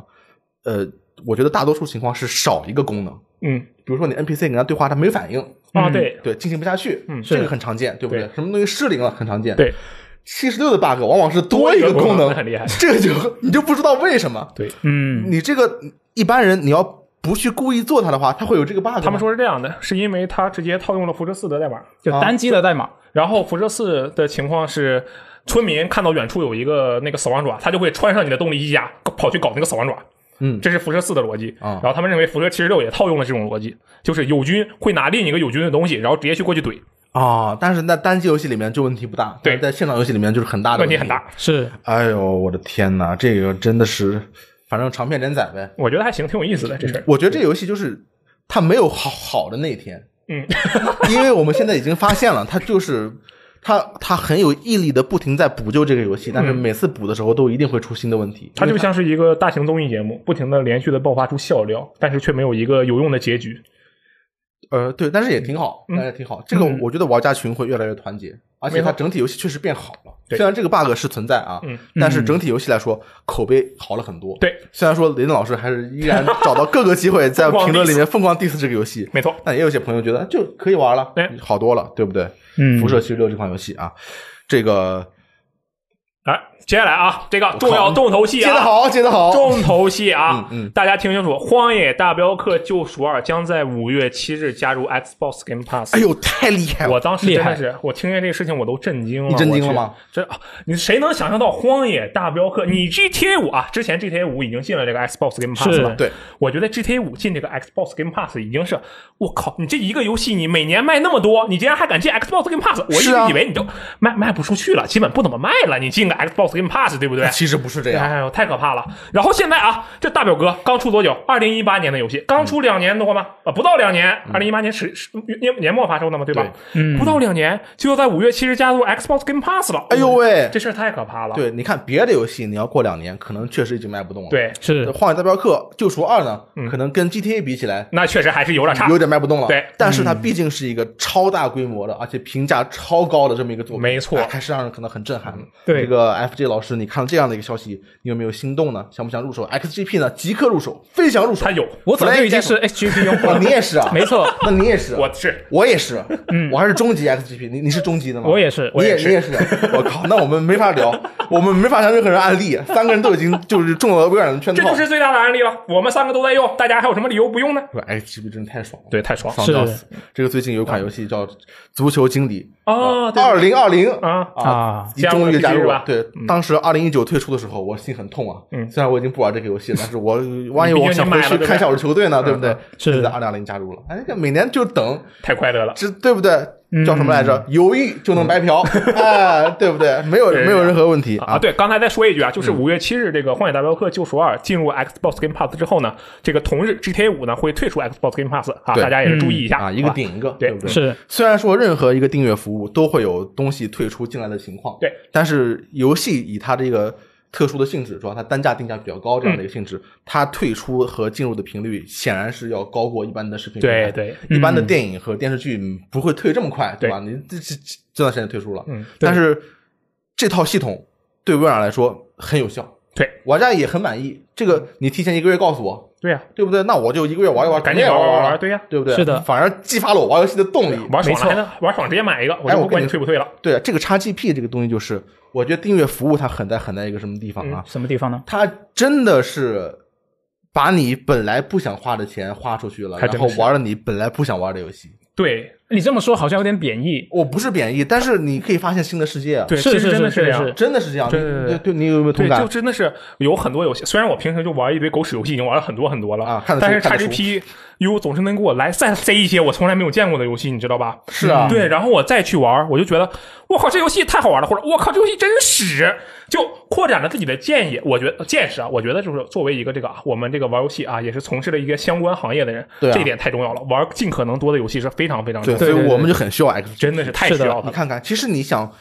Speaker 2: 呃，我觉得大多数情况是少一个功能，
Speaker 3: 嗯
Speaker 2: 比如说你 NPC 跟他对话，他没反应，
Speaker 3: 啊，
Speaker 1: 嗯
Speaker 3: 对
Speaker 2: 对，进行不下去，
Speaker 3: 嗯
Speaker 2: 这
Speaker 1: 是
Speaker 2: 个
Speaker 1: 的
Speaker 2: 很常见，对不对
Speaker 3: 对？
Speaker 2: 什么东西失灵了，很常见。，
Speaker 3: 对
Speaker 2: 七十六的 bug 往往是多一个
Speaker 3: 多一个
Speaker 2: 功
Speaker 3: 功
Speaker 2: 能，
Speaker 3: 能很厉害
Speaker 2: 这个就 你就不知道为什么。
Speaker 3: 对，
Speaker 1: 嗯，
Speaker 2: 你这个一般人你要不去故意做它的话，它会有这个 bug 吗。
Speaker 3: 他们说是这样的，是因为他直接套用了辐射四的代码，
Speaker 1: 就
Speaker 2: 啊
Speaker 1: 单机的代码，
Speaker 3: 然后辐射四的情况是，村民看到远处有一个那个死亡爪，他就会穿上你的动力机甲，跑去搞那个死亡爪。
Speaker 2: 嗯
Speaker 3: 这是辐射四的逻辑。
Speaker 2: 啊
Speaker 3: 然后他们认为辐射七十六也套用了这种逻辑，就是友军会拿另一个友军的东西，然后直接去过去怼，
Speaker 2: 啊、但是在单机游戏里面就问题不大，但
Speaker 3: 对
Speaker 2: 是在现场游戏里面就是很大的
Speaker 3: 问
Speaker 2: 题
Speaker 3: 题很。大。
Speaker 1: 是
Speaker 2: 哎呦，我的天哪，这个真的是，反正长篇连载呗。
Speaker 3: 我觉得还行，挺有意思的这事儿。
Speaker 2: 我觉得这游戏就是它没有好好的那一天，
Speaker 3: 嗯，
Speaker 2: 因为我们现在已经发现了，它就是它它很有毅力的不停在补救这个游戏，但是每次补的时候都一定会出新的问题。
Speaker 3: 嗯它就像是一个大型综艺节目，不停的连续的爆发出笑料，但是却没有一个有用的结局。
Speaker 2: 呃，对，但是
Speaker 3: 嗯
Speaker 2: 也挺好，但是也挺好。这个我觉得玩家群会越来越团结，而且它整体游戏确实变好了。
Speaker 3: 对
Speaker 2: 虽然这个 bug 是存在啊，
Speaker 3: 嗯
Speaker 2: 但是整体游戏来说口碑好了很多。，
Speaker 3: 对，
Speaker 2: 虽然说雷电老师还是依然找到各个机会在
Speaker 3: 疯狂
Speaker 2: 评论里面疯狂 diss 这个游戏，
Speaker 3: 没错。
Speaker 2: 但也有些朋友觉得就可以玩了
Speaker 3: 哎，
Speaker 2: 好多了，对不对？
Speaker 1: 嗯
Speaker 2: 辐射七十六这款游戏啊，这个
Speaker 3: 来，接下来啊，这个重要重头戏
Speaker 2: 接
Speaker 3: 啊，
Speaker 2: 得好，接得好，
Speaker 3: 重头戏啊，
Speaker 2: 嗯嗯
Speaker 3: 大家听清楚，《荒野大镖客：救赎二》将在五月七日加入 Xbox Game Pass。
Speaker 2: 哎呦，太厉害了
Speaker 3: 我！当时真的是，我听见这个事情我都震惊了。
Speaker 2: 你震惊了吗
Speaker 3: 我去？这、啊你谁能想象到《荒野大镖客》？你 GTA 五啊，之前 GTA 五已经进了这个 Xbox Game Pass
Speaker 1: 是
Speaker 3: 了。
Speaker 2: 对，
Speaker 3: 我觉得 GTA 五进这个 Xbox Game Pass 已经是，我靠，你这一个游戏你每年卖那么多，你竟然还敢进 Xbox Game Pass？我一
Speaker 2: 是啊
Speaker 3: 直以为你就卖卖不出去了，基本不怎么卖了。你进个 Xbox Game Pass，对不对？
Speaker 2: 其实不是这样，
Speaker 3: 哎呦，太可怕了！然后现在啊，这大表哥刚出多久？二零一八年的游戏，刚出两年多吗？啊、不到两年，
Speaker 2: 嗯
Speaker 3: 二零一八年十十年年末发售的嘛，对吧？嗯，不到两年就要在五月七日加入 Xbox Game Pass 了。
Speaker 2: 哎
Speaker 3: 嗯
Speaker 2: 呦，喂！
Speaker 3: 这事儿太可怕了。
Speaker 2: 对，你看别的游戏，你要过两年，可能确实已经卖不动了。
Speaker 3: 对，
Speaker 1: 是
Speaker 2: 《荒野大镖客：救赎二》呢，可能跟 GTA 比起来
Speaker 3: 那确实还是有点差
Speaker 2: 有。点卖不动了。
Speaker 3: 对
Speaker 2: 但是它毕竟是一个超大规模的，而且评价超高的这么一个作品，
Speaker 3: 没错嗯
Speaker 2: 哎还是让人可能很震撼的。
Speaker 1: 对
Speaker 2: 这个 FJ 老师，你看到这样的一个消息，你有没有心动呢？想不想入手？XGP 呢？即刻入手，飞翔入手
Speaker 3: 他。有，
Speaker 1: 我早就已经是 HGP 用户
Speaker 2: 哦，
Speaker 1: 了
Speaker 2: 你，也是 啊？
Speaker 1: 没错，
Speaker 2: 那你也是？啊
Speaker 3: 我嗯是
Speaker 2: 我也是，啊 我还是终极 XGP，你你是终极的吗？
Speaker 1: 我也是
Speaker 2: 你
Speaker 1: 我
Speaker 2: 也
Speaker 1: 也
Speaker 2: 你也是，啊我靠，那我们没法聊，我们没法向任何人安利，三个人都已经就是中了微软的圈
Speaker 3: 这
Speaker 2: 套
Speaker 3: 就。是最大的案例了。我们三个都在用，大家还有什么理由不用呢？
Speaker 2: 不是 XGP 真的太爽了，
Speaker 3: 对，太爽了
Speaker 2: 爽到死！这个最近有一款游戏叫《足球经理
Speaker 3: 啊！对
Speaker 2: 二零二零》
Speaker 3: 啊，
Speaker 1: 啊，
Speaker 2: 你终于加入了
Speaker 3: 加入了。
Speaker 2: 对，当时二零一九退出的时候，我心很痛啊。
Speaker 3: 嗯
Speaker 2: 虽然我已经不玩这个游 戏了，但是我万一我想回
Speaker 3: 你毕竟你买了
Speaker 2: 去
Speaker 3: 对吧嗯
Speaker 2: 看一下我的球队呢，对不对？
Speaker 1: 是
Speaker 2: 就在二零二零加入了，哎，每年就等，
Speaker 3: 太快乐了。
Speaker 2: 这对不对？
Speaker 3: 嗯
Speaker 2: 叫什么来着？犹豫就能白嫖，哎，对不对？没有
Speaker 3: 对
Speaker 2: 没有任何问题
Speaker 3: 啊，
Speaker 2: 啊。
Speaker 3: 对，刚才再说一句啊，就是五月七日这个《荒野大镖客：救赎二》进入 Xbox Game Pass 之后呢，这个同日 GTA 五呢会退出 Xbox Game Pass 啊，
Speaker 2: 对
Speaker 3: 大家也是注意一下
Speaker 2: 啊，一个
Speaker 3: 好吧
Speaker 2: 顶一个，
Speaker 3: 对
Speaker 2: 不对？
Speaker 1: 是
Speaker 2: 虽然说任何一个订阅服务都会有东西退出进来的情况，
Speaker 3: 对，
Speaker 2: 但是游戏以它这个特殊的性质，主要它单价定价比较高这样的一个性
Speaker 3: 嗯
Speaker 2: 质，它退出和进入的频率显然是要高过一般的视频平台
Speaker 3: 对对，
Speaker 2: 一般的电影和电视剧嗯不会退这么快，
Speaker 3: 对
Speaker 2: 吧？你这这这这段时间退出了，
Speaker 3: 嗯，
Speaker 2: 但是这套系统对微软来说很有效，
Speaker 3: 对
Speaker 2: 玩家也很满意。这个你提前一个月告诉我，
Speaker 3: 对呀，
Speaker 2: 对不对？那我就一个月玩一玩，
Speaker 3: 赶紧
Speaker 2: 肯定也
Speaker 3: 玩
Speaker 2: 玩
Speaker 3: 玩
Speaker 2: 玩
Speaker 3: 玩，，对呀，
Speaker 2: 对不对？
Speaker 1: 是的
Speaker 2: 反而激发了我玩游戏的动力。
Speaker 3: 玩爽
Speaker 1: 没
Speaker 3: 了
Speaker 1: 错
Speaker 3: 还能玩爽，直接买一个，我
Speaker 2: 哎
Speaker 3: 就
Speaker 2: 我
Speaker 3: 不管
Speaker 2: 跟
Speaker 3: 你
Speaker 2: 你
Speaker 3: 退不退了。
Speaker 2: 对啊，这个叉 GP 这个东西就是，我觉得订阅服务它很在很在一个什么地方
Speaker 3: 嗯
Speaker 2: 啊？
Speaker 1: 什么地方呢？
Speaker 2: 它真的是把你本来不想花的钱花出去了，
Speaker 3: 还真
Speaker 2: 然后
Speaker 3: 是
Speaker 2: 玩了你本来不想玩的游戏。
Speaker 3: 对
Speaker 1: 你这么说好像有点贬义，
Speaker 2: 我不是贬义，但是你可以发现新的世界啊！
Speaker 3: 对，
Speaker 1: 是是
Speaker 3: 其实真的
Speaker 1: 是
Speaker 3: 这样
Speaker 1: 是。
Speaker 2: 真的是这样。
Speaker 3: 对
Speaker 2: 你
Speaker 3: 对
Speaker 2: 对
Speaker 3: 对
Speaker 2: 对，你有没有同
Speaker 3: 对，就
Speaker 2: 感？
Speaker 3: 真的是有很多游戏，虽然我平时就玩一堆狗屎游戏，已经玩了很多很多了
Speaker 2: 啊看得出
Speaker 3: 但是
Speaker 2: 看得出
Speaker 3: XGP U 总是能给我来再塞一些我从来没有见过的游戏，你知道吧？嗯
Speaker 2: 是啊，
Speaker 3: 对，然后我再去玩，我就觉得我靠，这游戏太好玩了，或者我靠，这游戏真屎，就扩展了自己的见野。我觉得见识啊，我觉得就是作为一个这个啊我们这个玩游戏啊，也是从事了一个相关行业的人，
Speaker 2: 对啊
Speaker 3: 这一点太重要了。玩尽可能多的游戏是非常非常重
Speaker 2: 对，
Speaker 3: 要的，
Speaker 2: 所以
Speaker 1: 对对
Speaker 2: 我们就很需要 X。
Speaker 3: 真的是太需
Speaker 1: 是的
Speaker 3: 要
Speaker 2: 你
Speaker 3: 了。
Speaker 2: 看看，其实你想，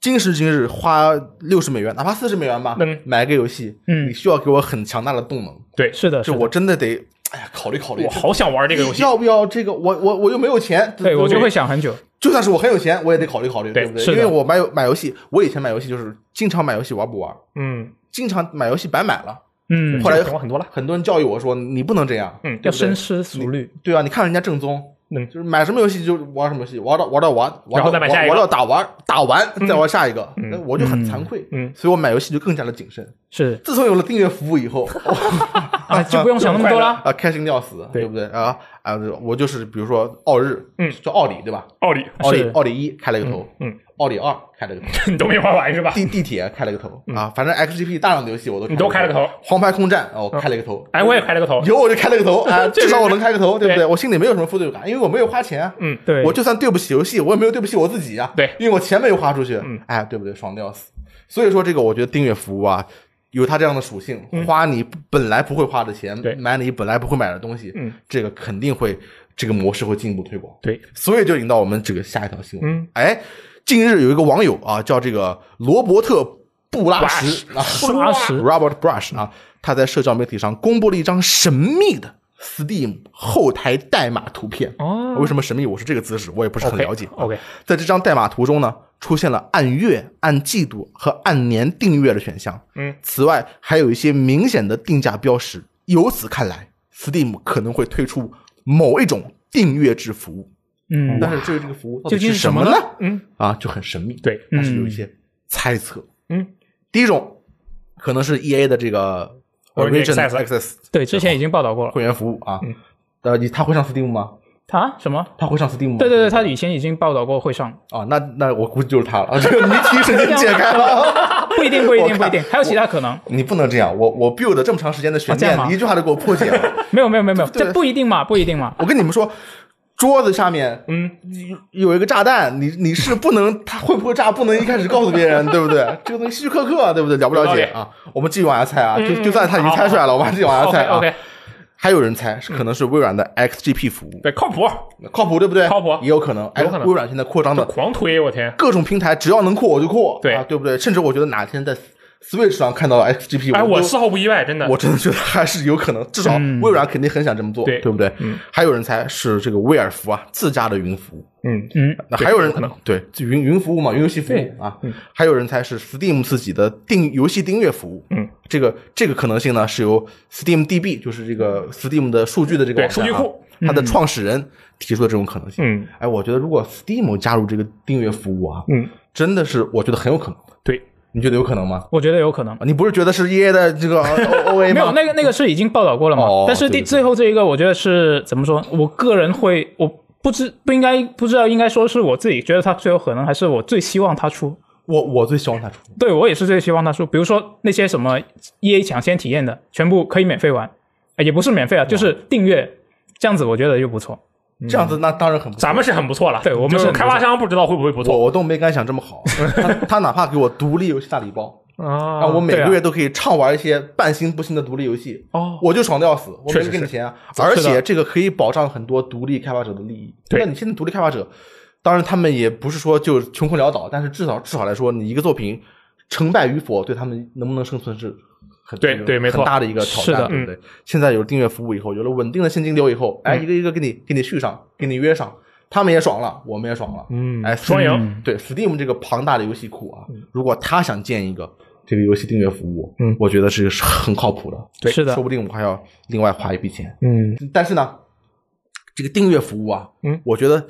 Speaker 2: 今时今日花六十美元，哪怕四十美元吧
Speaker 3: 嗯，
Speaker 2: 买个游戏，
Speaker 1: 嗯
Speaker 2: 你需要给我很强大的动能，
Speaker 3: 对，
Speaker 1: 是的，是
Speaker 2: 就
Speaker 1: 的
Speaker 2: 我真的得，哎呀，考虑考虑
Speaker 3: 我。好想玩这个游戏。
Speaker 2: 要不要这个？我我我又没有钱，
Speaker 1: 对我
Speaker 2: 就
Speaker 1: 就会想很久。
Speaker 2: 就算是我很有钱，我也得考虑考虑，
Speaker 3: 对
Speaker 2: 不对？
Speaker 1: 是
Speaker 2: 因
Speaker 1: 的
Speaker 2: 为我买买游戏，我以前买游戏就是经常买游戏玩不玩，
Speaker 3: 嗯，
Speaker 2: 经常买游戏白买了。
Speaker 1: 嗯
Speaker 2: 后，来
Speaker 3: 想很多了。
Speaker 2: 很多人教育我说你不能这样，
Speaker 3: 嗯
Speaker 1: 要
Speaker 2: 对不对
Speaker 1: 深思熟虑。
Speaker 2: 对啊，你看人家正宗，
Speaker 3: 嗯
Speaker 2: 就是买什么游戏就玩什么游戏，玩到玩到玩，玩
Speaker 3: 然后
Speaker 2: 到
Speaker 3: 再买下一个
Speaker 2: 玩到打完打完再玩下一个，那我就很惭愧，
Speaker 3: 嗯
Speaker 2: 所以我买游戏就更加的谨慎。
Speaker 1: 是
Speaker 2: 自从有了订阅服务以 后，哇
Speaker 1: 啊，就不用想那么多 了。
Speaker 2: 啊，开心的要死，
Speaker 3: 对
Speaker 2: 对不对啊？啊，我就是比如说奥日，
Speaker 3: 嗯
Speaker 2: 就奥里对吧？
Speaker 3: 奥利，
Speaker 2: 奥里
Speaker 1: 是
Speaker 2: 奥里一开了个头，
Speaker 3: 嗯嗯，
Speaker 2: 奥里二开了个头，
Speaker 3: 你都没玩完是吧？
Speaker 2: 地
Speaker 3: 嗯
Speaker 2: 地铁开了个头啊，反正 XGP 大量的游戏我都
Speaker 3: 你都开了个头，
Speaker 2: 黄牌空战哦开了个头，
Speaker 3: 哎，我也开了个头。
Speaker 2: 有我就开了个头啊，
Speaker 3: 这
Speaker 2: 至少我能开个头，对不对？
Speaker 3: 对
Speaker 2: 我心里没有什么负罪感，因为我没有花钱啊，
Speaker 3: 嗯，
Speaker 1: 对，
Speaker 2: 我就算对不起游戏，我也没有对不起我自己啊，
Speaker 3: 对
Speaker 2: 因为我钱没有花出去
Speaker 3: 嗯，
Speaker 2: 哎，对不对？爽的要死。所以说这个我觉得订阅服务啊。有它这样的属性，
Speaker 1: 嗯
Speaker 2: 花你本来不会花的钱
Speaker 3: 对，
Speaker 2: 买你本来不会买的东西，
Speaker 3: 嗯，
Speaker 2: 这个肯定会，这个模式会进一步推广。
Speaker 3: 对，
Speaker 2: 所以就引到我们这个下一条新闻。
Speaker 3: 嗯，
Speaker 2: 哎，近日有一个网友啊，叫这个罗伯特布拉什啊
Speaker 1: 布拉什
Speaker 2: （Robert Brush） 啊，他在社交媒体上公布了一张神秘的 Steam 后台代码图片。
Speaker 1: 嗯
Speaker 3: 哦
Speaker 2: 为什么神秘？我是这个姿势，我也不是很了解。啊
Speaker 3: OK，
Speaker 2: 在这张代码图中呢，出现了按月、按季度和按年订阅的选项。
Speaker 3: 嗯，
Speaker 2: 此外还有一些明显的定价标识。由此看来，Steam 可能会推出某一种订阅制服务。
Speaker 1: 嗯，
Speaker 2: 但是这个这个服务到底
Speaker 1: 究竟
Speaker 2: 是
Speaker 1: 是什
Speaker 2: 么
Speaker 1: 么
Speaker 2: 呢
Speaker 1: 呢？
Speaker 3: 嗯，
Speaker 2: 啊，就很神秘。，
Speaker 3: 对，
Speaker 2: 但是有一
Speaker 1: 嗯
Speaker 2: 些猜测。
Speaker 3: 嗯，
Speaker 2: 第一种可能是 E A 的这个
Speaker 3: Origin
Speaker 2: Origin
Speaker 3: Access
Speaker 2: Access
Speaker 1: 对，之前已经报道过了。
Speaker 2: 会员服务啊，
Speaker 1: 嗯
Speaker 2: 呃，你他会上 Steam 吗？
Speaker 1: 啊？什么？
Speaker 2: 他会上 Steam 吗？
Speaker 1: 对对对，他以前已经报道过会上，
Speaker 2: 啊，那那我估计就是他了， 啊，这个谜题瞬间解开 了。
Speaker 1: 不一定，不一
Speaker 2: 我
Speaker 1: 定，不
Speaker 2: 看
Speaker 1: 一定，还有其他可能。
Speaker 2: 你不能这样，我我 build 这么长时间的悬
Speaker 1: 啊这样
Speaker 2: 念，
Speaker 1: 吗
Speaker 2: 你一句话就给我破解了。
Speaker 1: 没有，没有，没有，没有，
Speaker 2: 对
Speaker 1: 这不一定嘛，不一定嘛。
Speaker 2: 我跟你们说，桌子下面
Speaker 3: 嗯，
Speaker 2: 有一个炸弹，你你是不能，它会不会炸，不能一开始告诉别人，对不对？这个东西希区柯克，对不对？了不了解
Speaker 3: 有
Speaker 2: 啊？我们继续往下猜啊，就
Speaker 3: 嗯
Speaker 2: 就算他已经猜出来了，我们还继续往下猜啊。
Speaker 3: OK，
Speaker 2: 还有人猜是可能是微软的 XGP 服务，
Speaker 3: 对，靠谱，
Speaker 2: 靠谱对不对？
Speaker 3: 靠谱
Speaker 2: 也有可能。哎，
Speaker 3: 有可能
Speaker 2: 微软现在扩张的
Speaker 3: 狂推，我天！
Speaker 2: 各种平台，只要能扩我就扩，
Speaker 3: 对
Speaker 2: 啊，对不对？甚至我觉得哪天在 Switch 上看到 XGP，
Speaker 3: 哎，我
Speaker 2: 都
Speaker 3: 丝毫不意外，真 的。
Speaker 2: 我真的觉得还是有可能，至少
Speaker 1: 嗯
Speaker 2: 微软肯定很想这么做，
Speaker 3: 对
Speaker 2: 对不对？
Speaker 3: 嗯
Speaker 2: 还有人猜是这个威尔福啊自家的云服务，
Speaker 3: 嗯，
Speaker 1: 嗯，
Speaker 2: 那还有人
Speaker 3: 有可能
Speaker 2: 对云云服务嘛，云游戏服
Speaker 3: 对嗯
Speaker 2: 务啊，还有人猜是 Steam 自己的订游戏订阅服务，
Speaker 3: 嗯，
Speaker 2: 这个这个可能性呢是由 Steam DB 就是这个 Steam 的数据的这个
Speaker 3: 对
Speaker 2: 网站、啊、
Speaker 3: 数据库，
Speaker 2: 它的创始人提出的这种可能性，
Speaker 3: 嗯，
Speaker 2: 哎，我觉得如果 Steam 加入这个订阅服务啊，
Speaker 3: 嗯，
Speaker 2: 真的是我觉得很有可能，
Speaker 3: 对，
Speaker 2: 你觉得有可能吗？啊
Speaker 1: 我觉得有可能。
Speaker 2: 你不是觉得是 EA 的这个 O A 吗？
Speaker 1: 没有，那个那个是已经报道过了嘛？
Speaker 2: 哦
Speaker 1: 但是
Speaker 2: 对
Speaker 1: 第
Speaker 2: 对对
Speaker 1: 最后这一个，我觉得是怎么说？我个人会，我不知不应该不知道，应该说是我自己觉得它最有可能，还是我最希望它出。
Speaker 2: 我我最希望它出，
Speaker 1: 对我也是最希望它出。比如说那些什么 EA 抢先体验的，全部可以免费玩，呃也不是免费啊，就是订阅，这样子我觉得就不错。
Speaker 2: 这样子
Speaker 3: 嗯
Speaker 2: 那当然很不错。
Speaker 3: 咱们是很不错了。
Speaker 1: 对我们
Speaker 3: 就是
Speaker 1: 是很不
Speaker 3: 开发商不知道会不会不
Speaker 2: 我
Speaker 3: 错
Speaker 2: 我都没敢想这么 好，他他哪怕给我独立游戏大礼包，
Speaker 3: 啊
Speaker 2: 让我每
Speaker 1: 对啊
Speaker 2: 个月都可以畅玩一些半新不新的独立游戏，
Speaker 3: 哦，
Speaker 2: 我就爽的要死，我
Speaker 3: 确
Speaker 2: 没
Speaker 3: 实
Speaker 2: 给你
Speaker 3: 是
Speaker 2: 钱啊！
Speaker 1: 是的
Speaker 2: 而且这个可以保障很多独立开发者的利益。
Speaker 3: 对
Speaker 2: 那你现在独立开发者，当然他们也不是说就穷困潦倒，但是至少至少来说，你一个作品成败与否，对他们能不能生存是很
Speaker 3: 对对没错嗯
Speaker 2: 很大的一个挑
Speaker 1: 是
Speaker 2: 战，
Speaker 1: 的
Speaker 2: 对不对？现在有订阅服务以后，有了稳定的现金流以后，哎，一个一个给你给你续上，给你约上，他们也爽了，我们也爽了，
Speaker 3: 嗯
Speaker 2: 哎，
Speaker 3: 双赢
Speaker 2: Steam- 对 Steam 这个庞大的游戏库啊，如果他想建一个这个游戏订阅服务，
Speaker 3: 嗯
Speaker 2: 我觉得是是很靠谱的。
Speaker 1: 对是的
Speaker 2: 说不定我还要另外花一笔钱。
Speaker 3: 嗯
Speaker 2: 但是呢，这个订阅服务啊，
Speaker 3: 嗯，
Speaker 2: 我觉得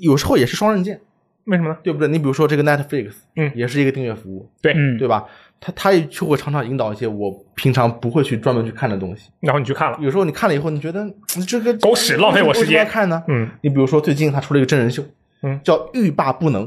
Speaker 2: 有时候也是双刃剑，
Speaker 3: 为什么呢？
Speaker 2: 对不对？你比如说这个 Netflix，
Speaker 3: 嗯
Speaker 2: 也是一个订阅服务，
Speaker 3: 对，
Speaker 1: 嗯，
Speaker 2: 对吧？它它也就会常常引导一些我平常不会去专门去看的东西。
Speaker 3: 然后你去看了，
Speaker 2: 有时候你看了以后，你觉得嗯这个
Speaker 3: 狗屎浪费我
Speaker 2: 为
Speaker 3: 时间
Speaker 2: 什么要看呢？
Speaker 3: 嗯，
Speaker 2: 你比如说最近它出了一个真人秀，
Speaker 3: 嗯
Speaker 2: 叫《欲罢不能》，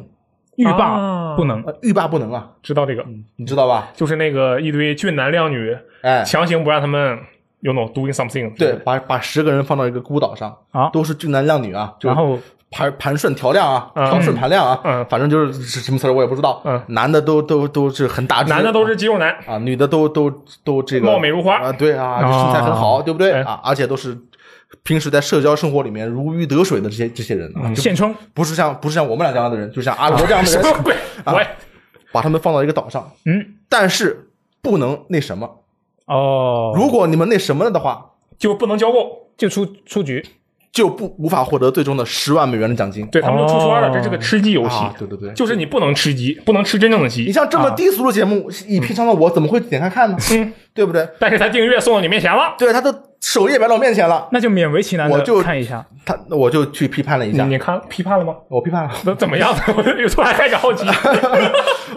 Speaker 1: 欲
Speaker 3: 啊
Speaker 1: 罢不能。
Speaker 2: 呃，欲罢不能啊，
Speaker 3: 知道这个，
Speaker 2: 你知道吧？
Speaker 3: 就是那个一堆俊男靓女
Speaker 2: 哎，
Speaker 3: 强行不让他们 you know doing something，
Speaker 2: 对，，把把十个人放到一个孤岛上，
Speaker 1: 啊
Speaker 2: 都是俊男靓女啊，就
Speaker 1: 然后
Speaker 2: 盘盘顺调量啊，
Speaker 3: 嗯
Speaker 2: 调顺盘量啊，
Speaker 3: 嗯
Speaker 2: 反正就是是什么词儿我也不知道，
Speaker 3: 嗯
Speaker 2: 男的都都都是很大只，
Speaker 3: 男的都是肌肉男，
Speaker 2: 啊，女的都都都这个
Speaker 3: 貌美如花哦
Speaker 2: 啊，对啊，
Speaker 1: 啊
Speaker 2: 身材很好，对不对
Speaker 3: 哎
Speaker 2: 啊？而且都是平时在社交生活里面如鱼得水的这些这些人
Speaker 3: 嗯
Speaker 2: 啊，就
Speaker 1: 现充，
Speaker 2: 不是像不是像我们俩这样的人，就像阿罗这样的
Speaker 3: 什
Speaker 2: 人，
Speaker 3: 么鬼？
Speaker 2: 啊
Speaker 3: 我也
Speaker 2: 把他们放到一个岛上，
Speaker 1: 嗯，
Speaker 2: 但是不能那什么，
Speaker 1: 哦，
Speaker 2: 如果你们那什么了的话，
Speaker 3: 就不能交够，
Speaker 1: 就出出局，
Speaker 2: 就不无法获得最终的十万美元的奖金。
Speaker 3: 对他们就出圈了，
Speaker 1: 哦
Speaker 3: 这是个吃鸡游戏，
Speaker 2: 啊，对对对，
Speaker 3: 就是你不能吃鸡，不能吃真正的
Speaker 2: 你
Speaker 3: 鸡，
Speaker 2: 像这么低俗的节目，以平常的我怎么会点开看呢？
Speaker 3: 啊嗯，
Speaker 2: 对不对？
Speaker 3: 但是他订阅送到你面前了，
Speaker 2: 对，他都首页摆到我面前了，
Speaker 1: 那就勉为其难
Speaker 2: 我就
Speaker 1: 的看一下。
Speaker 2: 他我就去批判了一
Speaker 3: 你
Speaker 2: 下，
Speaker 3: 你看批判了吗？
Speaker 2: 我批判了。
Speaker 3: 那怎么样？ 我突然开始好奇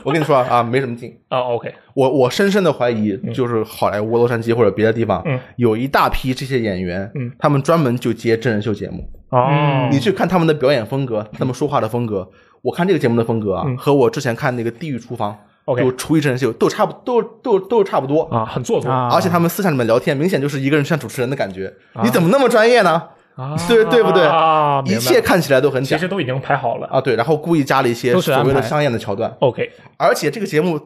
Speaker 2: 我跟你说啊，没什么劲。
Speaker 3: 啊，OK，
Speaker 2: 我我深深的怀疑，就是好莱坞、洛杉矶或者别的地方，
Speaker 3: 嗯
Speaker 2: 有一大批这些演员，
Speaker 3: 嗯
Speaker 2: 他们专门就接真人秀节目。
Speaker 3: 哦
Speaker 2: 你去看他们的表演风格，他们说话的风格，我看这个节目的风格啊，
Speaker 3: 嗯
Speaker 2: 和我之前看那个《地狱厨房》
Speaker 3: OK
Speaker 2: 就厨艺真人秀都差不都都都差不多。
Speaker 3: 啊，很做作
Speaker 1: 啊
Speaker 2: 而且他们私下里面聊天，明显就是一个人像主持人的感觉。你怎么那么专业呢？
Speaker 3: 啊
Speaker 2: 对对不对
Speaker 3: 啊，明
Speaker 2: 一
Speaker 3: 白
Speaker 2: 切看起来都很
Speaker 3: 其
Speaker 2: 假
Speaker 3: 实都已经排好了
Speaker 2: 啊，对，然后故意加了一些
Speaker 1: 都是
Speaker 2: 所谓
Speaker 1: 安
Speaker 2: 的
Speaker 1: 排
Speaker 2: 商业的桥段，
Speaker 3: ，OK，
Speaker 2: 而且这个节目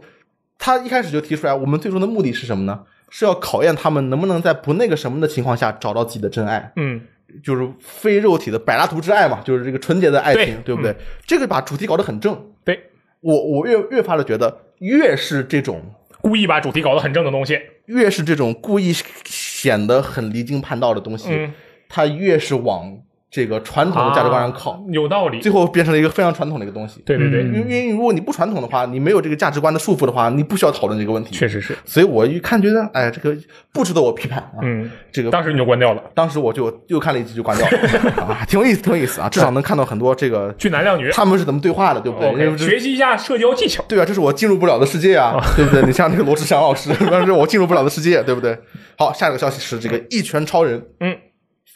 Speaker 2: 他一开始就提出来，我们最终的目的是什么呢？是要考验他们能不能在不那个什么的情况下找到自己的真爱，
Speaker 3: 嗯，
Speaker 2: 就是非肉体的柏拉图之爱嘛，就是这个纯洁的爱情，
Speaker 3: 对嗯
Speaker 2: 对不对？这个把主题搞得很正，
Speaker 3: 对，
Speaker 2: 我我越越发的觉得，越是这种
Speaker 3: 故意把主题搞得很正的东西，
Speaker 2: 越是这种故意显得很离经叛道的东西，
Speaker 3: 嗯，
Speaker 2: 它越是往这个传统的价值观上靠，
Speaker 3: 啊有道理，
Speaker 2: 最后嗯变成了一个非常传统的一个东西。
Speaker 3: 对对对，
Speaker 2: 因为，因为如果你不传统的话，你没有这个价值观的束缚的话，你不需要讨论这个问题。
Speaker 3: 确实是，
Speaker 2: 所以我一看觉得，哎，这个不值得我批判啊。
Speaker 3: 嗯，
Speaker 2: 这个
Speaker 3: 当时你就关掉了，
Speaker 2: 当时我就又看了一集就关掉 了啊，挺有意思，挺有意思啊，至少能看到很多这个
Speaker 3: 俊男靓女
Speaker 2: 他们是怎么对话的，对不对？因为
Speaker 3: OK，
Speaker 2: 这
Speaker 3: 学习一下社交技巧。
Speaker 2: 对啊，这是我进入不了的世界啊，对不对？你像那个罗志祥老师，那是我进入不了的世界，对不对？好，下一个消息是这个《一拳超人》，
Speaker 3: 嗯，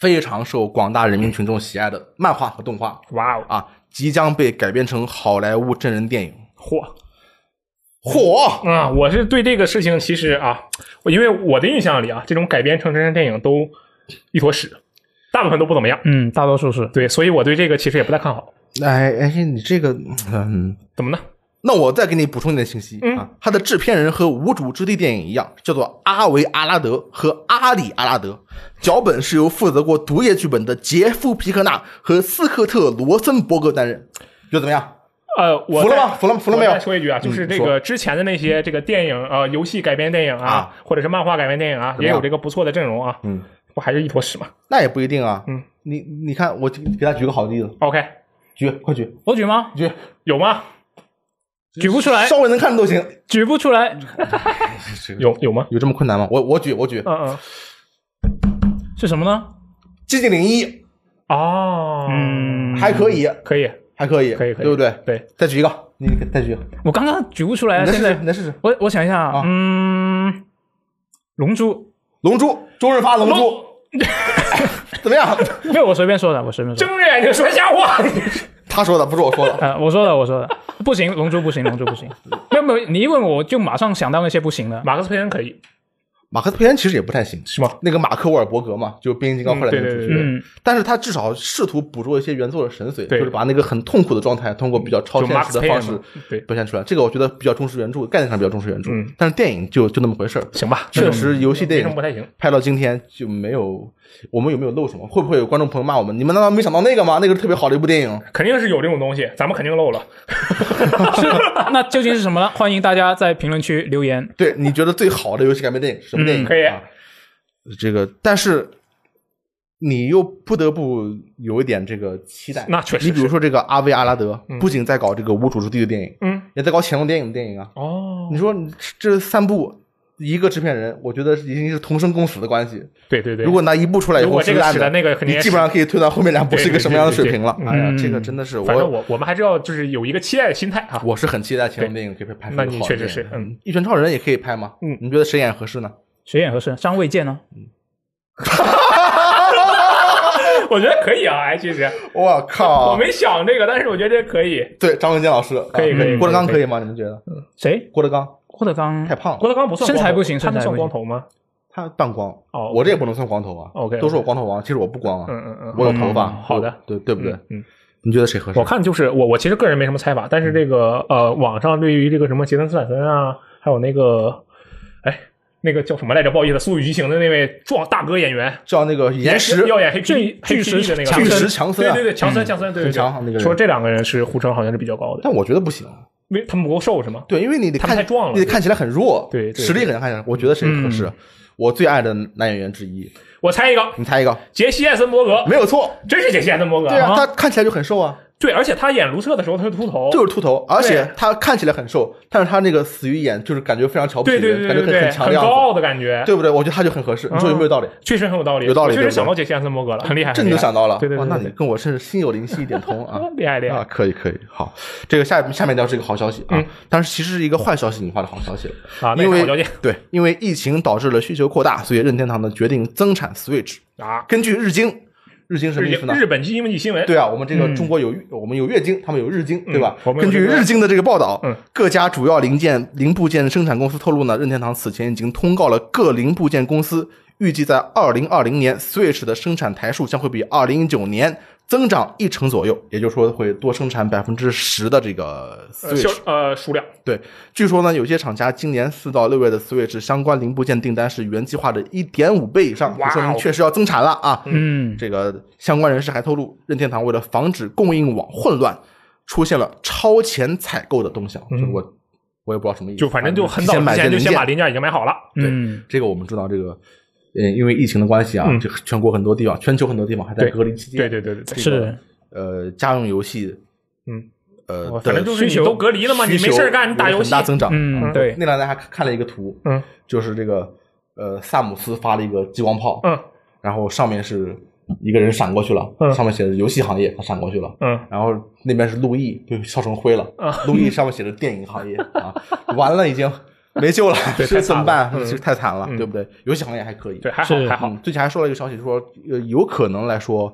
Speaker 2: 非常受广大人民群众喜爱的漫画和动画
Speaker 3: 哇哦，
Speaker 2: 啊，即将被改编成好莱坞真人电影，
Speaker 3: 嚯！
Speaker 2: 嚯！
Speaker 3: 啊，我是对这个事情其实啊，我因为我的印象里啊，这种改编成真人电影都一坨屎，大部分都不怎么样。
Speaker 1: 嗯，大多数是
Speaker 3: 对，所以我对这个其实也不太看好。
Speaker 2: 哎哎，你这个，嗯，
Speaker 3: 怎么呢？
Speaker 2: 那我再给你补充一点信息、
Speaker 3: 嗯
Speaker 2: 啊，他的制片人和《无主之地》电影一样，叫做阿维阿拉德和阿里阿拉德。脚本是由负责过《毒液》剧本的杰夫·皮克纳和斯科特·罗森伯格担任，觉得怎么样？
Speaker 3: 呃，我
Speaker 2: 服了
Speaker 3: 再
Speaker 2: 吗服了吗服了没
Speaker 3: 我
Speaker 2: 有
Speaker 3: 再说一句啊，就是
Speaker 2: 嗯
Speaker 3: 这
Speaker 2: 说
Speaker 3: 个之前的那些这个电影啊、呃游戏改编电影啊，
Speaker 2: 啊
Speaker 3: 或者是漫画改编电影啊，
Speaker 2: 么
Speaker 3: 也
Speaker 2: 样
Speaker 3: 有这个不错的阵容啊。
Speaker 2: 嗯，
Speaker 3: 不还是一坨屎吗
Speaker 2: 那也不一定啊。
Speaker 3: 嗯，
Speaker 2: 你你看，我给他举个好例子，
Speaker 3: ？OK，
Speaker 2: 举，快举，
Speaker 1: 我举吗？
Speaker 2: 举，
Speaker 3: 有吗？
Speaker 1: 举不出
Speaker 3: 哎
Speaker 1: 来，
Speaker 2: 稍微能看都行。
Speaker 1: 举不出来，
Speaker 3: 有有吗？
Speaker 2: 嗯有这么困难吗？我我举，我举，《
Speaker 3: 嗯嗯。
Speaker 1: 是什么呢？
Speaker 2: 寂静岭一》
Speaker 3: 哦，，
Speaker 1: 嗯，
Speaker 2: 还可以，
Speaker 3: 可以，
Speaker 2: 还可以，
Speaker 3: 可以可以
Speaker 2: 对不对？
Speaker 3: 对，
Speaker 2: 再举一个，你再举一个，你
Speaker 1: 我刚刚举不出来啊，
Speaker 2: 再试
Speaker 1: 现
Speaker 2: 试，你
Speaker 1: 在
Speaker 2: 再试试，《
Speaker 1: 我我想一下啊，嗯，龙珠，
Speaker 2: 龙珠》，周润发《龙珠》怎么样？
Speaker 1: 没有，我随便说的，我随便说的，
Speaker 3: 睁着眼睛说瞎话。
Speaker 2: 他说的不是我说的。
Speaker 1: 呃，我说的，我说的，不行，龙珠不行，龙珠不行，没有没有，你一问我就马上想到那些不行的，
Speaker 3: 马克思佩恩可以，
Speaker 2: 马克思佩恩其实也不太行，
Speaker 3: 是吗？
Speaker 2: 那个马克·沃尔伯格嘛，就《变形金刚》后来那个主角，
Speaker 3: 对
Speaker 1: 嗯，
Speaker 2: 但是他至少试图捕捉一些原作的神髓，就
Speaker 3: 对
Speaker 2: 是把那个很痛苦的状态通过比较超
Speaker 3: 就
Speaker 2: 现
Speaker 3: Max
Speaker 2: 实的方
Speaker 3: Payne
Speaker 2: 式
Speaker 3: 嘛对，
Speaker 2: 表现出来。这个我觉得比较忠实原著，概念上比较忠实原著，
Speaker 3: 嗯
Speaker 2: 但是电影就就那么回事儿。
Speaker 3: 行吧，
Speaker 2: 确实，游戏
Speaker 3: 那
Speaker 2: 电
Speaker 3: 为什么
Speaker 2: 影
Speaker 3: 不太行？
Speaker 2: 拍到今天就没有，我们有没有漏什么？会不会有观众朋友骂我们？你们难道没想到那个吗？那个是特别好的一部电影。
Speaker 3: 肯定是有这种东西，咱们肯定漏了。
Speaker 1: 是，那究竟是什么呢？欢迎大家在评论区留言。
Speaker 2: 对，你觉得最好的游戏改编电影是什么电影？
Speaker 3: 嗯可以
Speaker 2: 啊这个，但是你又不得不有一点这个期待。
Speaker 3: 那确实
Speaker 2: 你比如
Speaker 3: 是
Speaker 2: 说这个阿维阿拉德，不仅在搞这个《无主之地》的电影，
Speaker 3: 嗯，
Speaker 2: 也在搞乾隆电影的电影啊。
Speaker 3: 哦，
Speaker 2: 你说你这三部。一个制片人，我觉得已经是同生共死的关系。
Speaker 3: 对对对，
Speaker 2: 如果拿一部出来以
Speaker 3: 如
Speaker 2: 后
Speaker 3: 果
Speaker 2: 是
Speaker 3: 这个
Speaker 2: 烂
Speaker 3: 使得那个肯定
Speaker 2: 你
Speaker 3: 也
Speaker 2: 基本上可以推断后面两部是一个什么样的水平了。
Speaker 3: 对
Speaker 1: 对对
Speaker 2: 哎呀
Speaker 1: 嗯，
Speaker 2: 这个真的是
Speaker 3: 反正
Speaker 2: 我，
Speaker 3: 我我们还是要就是有一个期待的心态啊。
Speaker 2: 我是很期待乾隆电影可以拍出一个好的
Speaker 3: 那你
Speaker 2: 电影。
Speaker 3: 确实是，嗯，
Speaker 2: 一拳超人也可以拍吗？
Speaker 3: 嗯
Speaker 2: 你觉得谁演合适呢？
Speaker 1: 谁演合适？张卫健呢？
Speaker 3: 我觉得可以啊，哎，其实
Speaker 2: 我
Speaker 3: 我
Speaker 2: 靠！
Speaker 3: 没想这个，但是我觉得这可以。
Speaker 2: 对，张卫健老师
Speaker 3: 可以
Speaker 2: 啊
Speaker 3: 可以
Speaker 2: 郭德纲
Speaker 3: 可以
Speaker 2: 可以吗？你们觉得？
Speaker 1: 谁？
Speaker 2: 郭德纲
Speaker 1: 郭德纲
Speaker 2: 太胖了，
Speaker 3: 郭德纲不算
Speaker 1: 身材
Speaker 3: 光头
Speaker 1: 不行
Speaker 3: 他
Speaker 1: 身材
Speaker 3: 们算
Speaker 1: 不
Speaker 3: 光
Speaker 1: 行
Speaker 3: 头吗？
Speaker 2: 他半光
Speaker 3: 哦
Speaker 2: 我这也不能算光头啊。
Speaker 3: OK，OK
Speaker 2: 都说我光头王，其实我不光
Speaker 3: 嗯
Speaker 2: 啊，
Speaker 3: 嗯嗯，
Speaker 2: 我有头发。
Speaker 3: 好的，
Speaker 2: 对对不对？
Speaker 3: 嗯，
Speaker 2: 你觉得谁合适
Speaker 3: 我？看就是我我其实个人没什么猜法，但是这个
Speaker 2: 嗯
Speaker 3: 呃，网上对于这个什么杰森斯坦森啊，还有那个哎那个叫什么来着？不好意思，《速度与激情》的那位壮大哥演员，
Speaker 2: 叫那个岩石
Speaker 3: 要演黑
Speaker 1: 巨
Speaker 3: 黑
Speaker 1: 巨石
Speaker 3: PD 的那个
Speaker 1: 强
Speaker 2: 巨
Speaker 1: 森
Speaker 2: 石强森啊，
Speaker 3: 对对对，强森强森，对对
Speaker 2: 很
Speaker 3: 对
Speaker 2: 强那个人
Speaker 3: 说这两个人是呼声好像是比较高的，
Speaker 2: 但我觉得不行。
Speaker 3: 因为他们不够瘦是吗？
Speaker 2: 对，因为你得
Speaker 3: 他们
Speaker 2: 看
Speaker 3: 太壮了
Speaker 2: 你得看起来很弱，
Speaker 3: 对对对嗯
Speaker 2: 实力很看起来。我觉得谁合适？我最爱的男演员之一，
Speaker 3: 我猜一个，
Speaker 2: 你猜一个？
Speaker 3: 杰西·艾森伯格，
Speaker 2: 没有错，
Speaker 3: 真是杰西·艾森伯格
Speaker 2: 对啊，他看起来就很瘦啊，
Speaker 3: 对，而且他演卢瑟的时候他是秃头，
Speaker 2: 就是秃头，而且他看起来很瘦，但是他那个死鱼眼就是感觉非常瞧不起
Speaker 3: 对对
Speaker 2: 人，
Speaker 3: 对
Speaker 2: 感
Speaker 3: 对
Speaker 2: 觉
Speaker 3: 对，
Speaker 2: 很强的样
Speaker 3: 高
Speaker 2: 子，
Speaker 3: 傲的嗯哎感觉，
Speaker 2: 对不对？我觉得他就很合适，你说有没有道理？
Speaker 3: 确实很有道理，
Speaker 2: 有道理
Speaker 3: 我确
Speaker 2: 对不
Speaker 3: 实
Speaker 2: 对
Speaker 3: 想到杰西·艾森伯格了，很厉害，
Speaker 2: 这
Speaker 3: 很
Speaker 2: 你
Speaker 3: 厉
Speaker 2: 就
Speaker 3: 害
Speaker 2: 想到了，
Speaker 3: 对对
Speaker 2: 哇，
Speaker 3: 对
Speaker 2: 那
Speaker 3: 对
Speaker 2: 你
Speaker 3: 对，
Speaker 2: 跟我真是心有灵犀一点通
Speaker 3: 。
Speaker 2: 啊
Speaker 3: 厉害厉
Speaker 2: 啊，
Speaker 3: 害，
Speaker 2: 可以可以，好，这个下下面聊是一个好消息啊，
Speaker 3: 嗯
Speaker 2: 但是其实是一个坏消息引发的好消息了
Speaker 3: 啊那
Speaker 2: 因
Speaker 3: 个
Speaker 2: 为
Speaker 3: 好消息
Speaker 2: 对，因为疫情导致了需求扩大，所以任天堂呢决定增产 Switch。
Speaker 3: 啊，
Speaker 2: 根据日经，日经什么
Speaker 3: 日
Speaker 2: 意思呢？
Speaker 3: 日本经济新闻，
Speaker 2: 对啊，我们这个中国有、我们有月经，他们有日经，对吧？
Speaker 3: 嗯我们
Speaker 2: 根
Speaker 3: 有
Speaker 2: 据
Speaker 3: 这个
Speaker 2: 日经的这个报道，
Speaker 3: 嗯
Speaker 2: 各家主要零件零部件生产公司透露呢，任天堂此前已经通告了各零部件公司，预计在二零二零年 Switch 的生产台数将会比二零一九年增长一成左右，也就是说会多生产百分之十的这个
Speaker 3: 呃
Speaker 2: Switch
Speaker 3: 销。呃数量，
Speaker 2: 对，据说呢，有些厂家今年四到六月的 Switch 相关零部件订单是原计划的一点五倍以上，就
Speaker 3: 哇哦
Speaker 2: 说明确实要增产了啊。
Speaker 1: 嗯，
Speaker 2: 这个相关人士还透露，任天堂为了防止供应网混乱，出现了超前采购的动向。就是我我也不知道什么意思，
Speaker 3: 嗯就反正就很早
Speaker 2: 啊先
Speaker 3: 之
Speaker 2: 买
Speaker 3: 前
Speaker 2: 些
Speaker 3: 就
Speaker 2: 零
Speaker 3: 先
Speaker 2: 件
Speaker 3: 把零件已经买好了，
Speaker 1: 嗯，
Speaker 2: 这个我们知道，这个呃，因为疫情的关系啊，这个全国很多地方、全球很多地方还在
Speaker 3: 嗯对
Speaker 2: 隔离期间。
Speaker 3: 对对对对对，
Speaker 1: 是
Speaker 2: 呃，家用游戏，
Speaker 3: 嗯，
Speaker 2: 呃，
Speaker 3: 反正就是
Speaker 1: 需
Speaker 3: 你
Speaker 1: 求
Speaker 3: 都隔离了嘛，你
Speaker 2: 需
Speaker 3: 没
Speaker 2: 求
Speaker 3: 事儿干，你打
Speaker 2: 有
Speaker 3: 游
Speaker 2: 很
Speaker 3: 戏
Speaker 2: 大，增长。
Speaker 1: 嗯
Speaker 2: 啊
Speaker 1: 对
Speaker 2: 那两天还看了一个图，
Speaker 3: 嗯
Speaker 2: 就是这个呃，萨姆斯发了一个激光炮，
Speaker 3: 嗯
Speaker 2: 然后上面是一个人闪过去了，
Speaker 3: 嗯
Speaker 2: 上面写着游戏行业，他闪过去了。
Speaker 3: 嗯，
Speaker 2: 然后那边是陆毅，就烧成灰了。陆毅上面写着电影 行业啊，完了已经没救了，
Speaker 3: 对
Speaker 2: 这
Speaker 3: 太
Speaker 2: 怎
Speaker 3: 惨
Speaker 2: 么
Speaker 3: 了
Speaker 2: 办？
Speaker 3: 嗯
Speaker 2: 这太惨了，对不对？游戏行业还可以，
Speaker 3: 对，还好
Speaker 1: 是
Speaker 3: 还好，
Speaker 2: 嗯，最近还说了一个消息，说呃，有可能来说，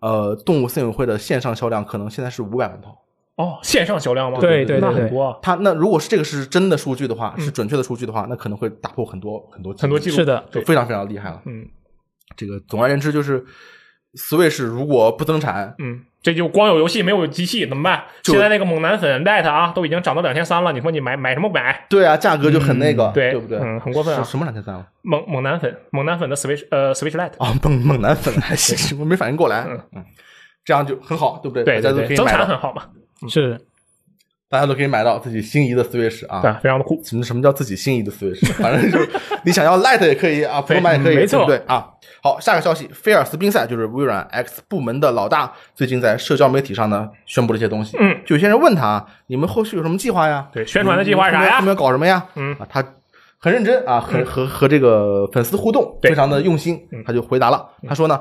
Speaker 2: 呃，动物森友会的线上销量可能现在是五百万套。
Speaker 3: 哦，线上销量吗？
Speaker 1: 对对对
Speaker 3: 那
Speaker 1: 对
Speaker 3: 很多啊，
Speaker 2: 它那如果是这个是真的数据的话，是准确的数据的话，那可能会打破很多很多
Speaker 3: 嗯很多记录
Speaker 1: 是的
Speaker 3: 对，
Speaker 2: 非常非常厉害了。
Speaker 3: 嗯
Speaker 2: 这个总而言之就是，Switch 如果不增产，
Speaker 3: 嗯，这就光有游戏没有机器怎么办？
Speaker 2: 就
Speaker 3: 现在那个猛男粉 Light 啊，都已经涨到两千三了，你说你买买什么买？
Speaker 2: 对啊，价格就很那个，
Speaker 3: 对
Speaker 2: 对不对？
Speaker 3: 嗯很过分啊
Speaker 2: 什什么两千三了？
Speaker 3: 猛猛男粉，猛男粉的 Switch 呃 Switch Light，
Speaker 2: 啊，猛猛男粉 还行，我没反应过来，嗯，这样就很好，对不对？大
Speaker 3: 对对
Speaker 2: 家都可
Speaker 3: 对，
Speaker 2: 以
Speaker 3: 增
Speaker 2: 买
Speaker 3: 产
Speaker 2: 到，
Speaker 3: 很好嘛，
Speaker 1: 是，
Speaker 2: 大家都可以买到自己心仪的 Switch 啊。
Speaker 3: 对，非常的酷。
Speaker 2: 什么什么叫自己心仪的 Switch？反 正就是你想要 Lite 也可以啊，Pro
Speaker 3: 对
Speaker 2: Max 也可以，
Speaker 1: 没错
Speaker 2: 对不对啊。好，下个消息，菲尔斯宾塞就是微软 X 部门的老大，最近在社交媒体上呢宣布了一些东西。
Speaker 3: 嗯，
Speaker 2: 就有些人问他，你们后续有什么计划呀？
Speaker 3: 对宣传的计划是啥呀
Speaker 2: 你们后面要搞什么呀？
Speaker 3: 嗯
Speaker 2: 啊，他很认真啊，和和和这个粉丝互动，
Speaker 3: 对嗯
Speaker 2: 非常的用心，他就回答了，他说呢。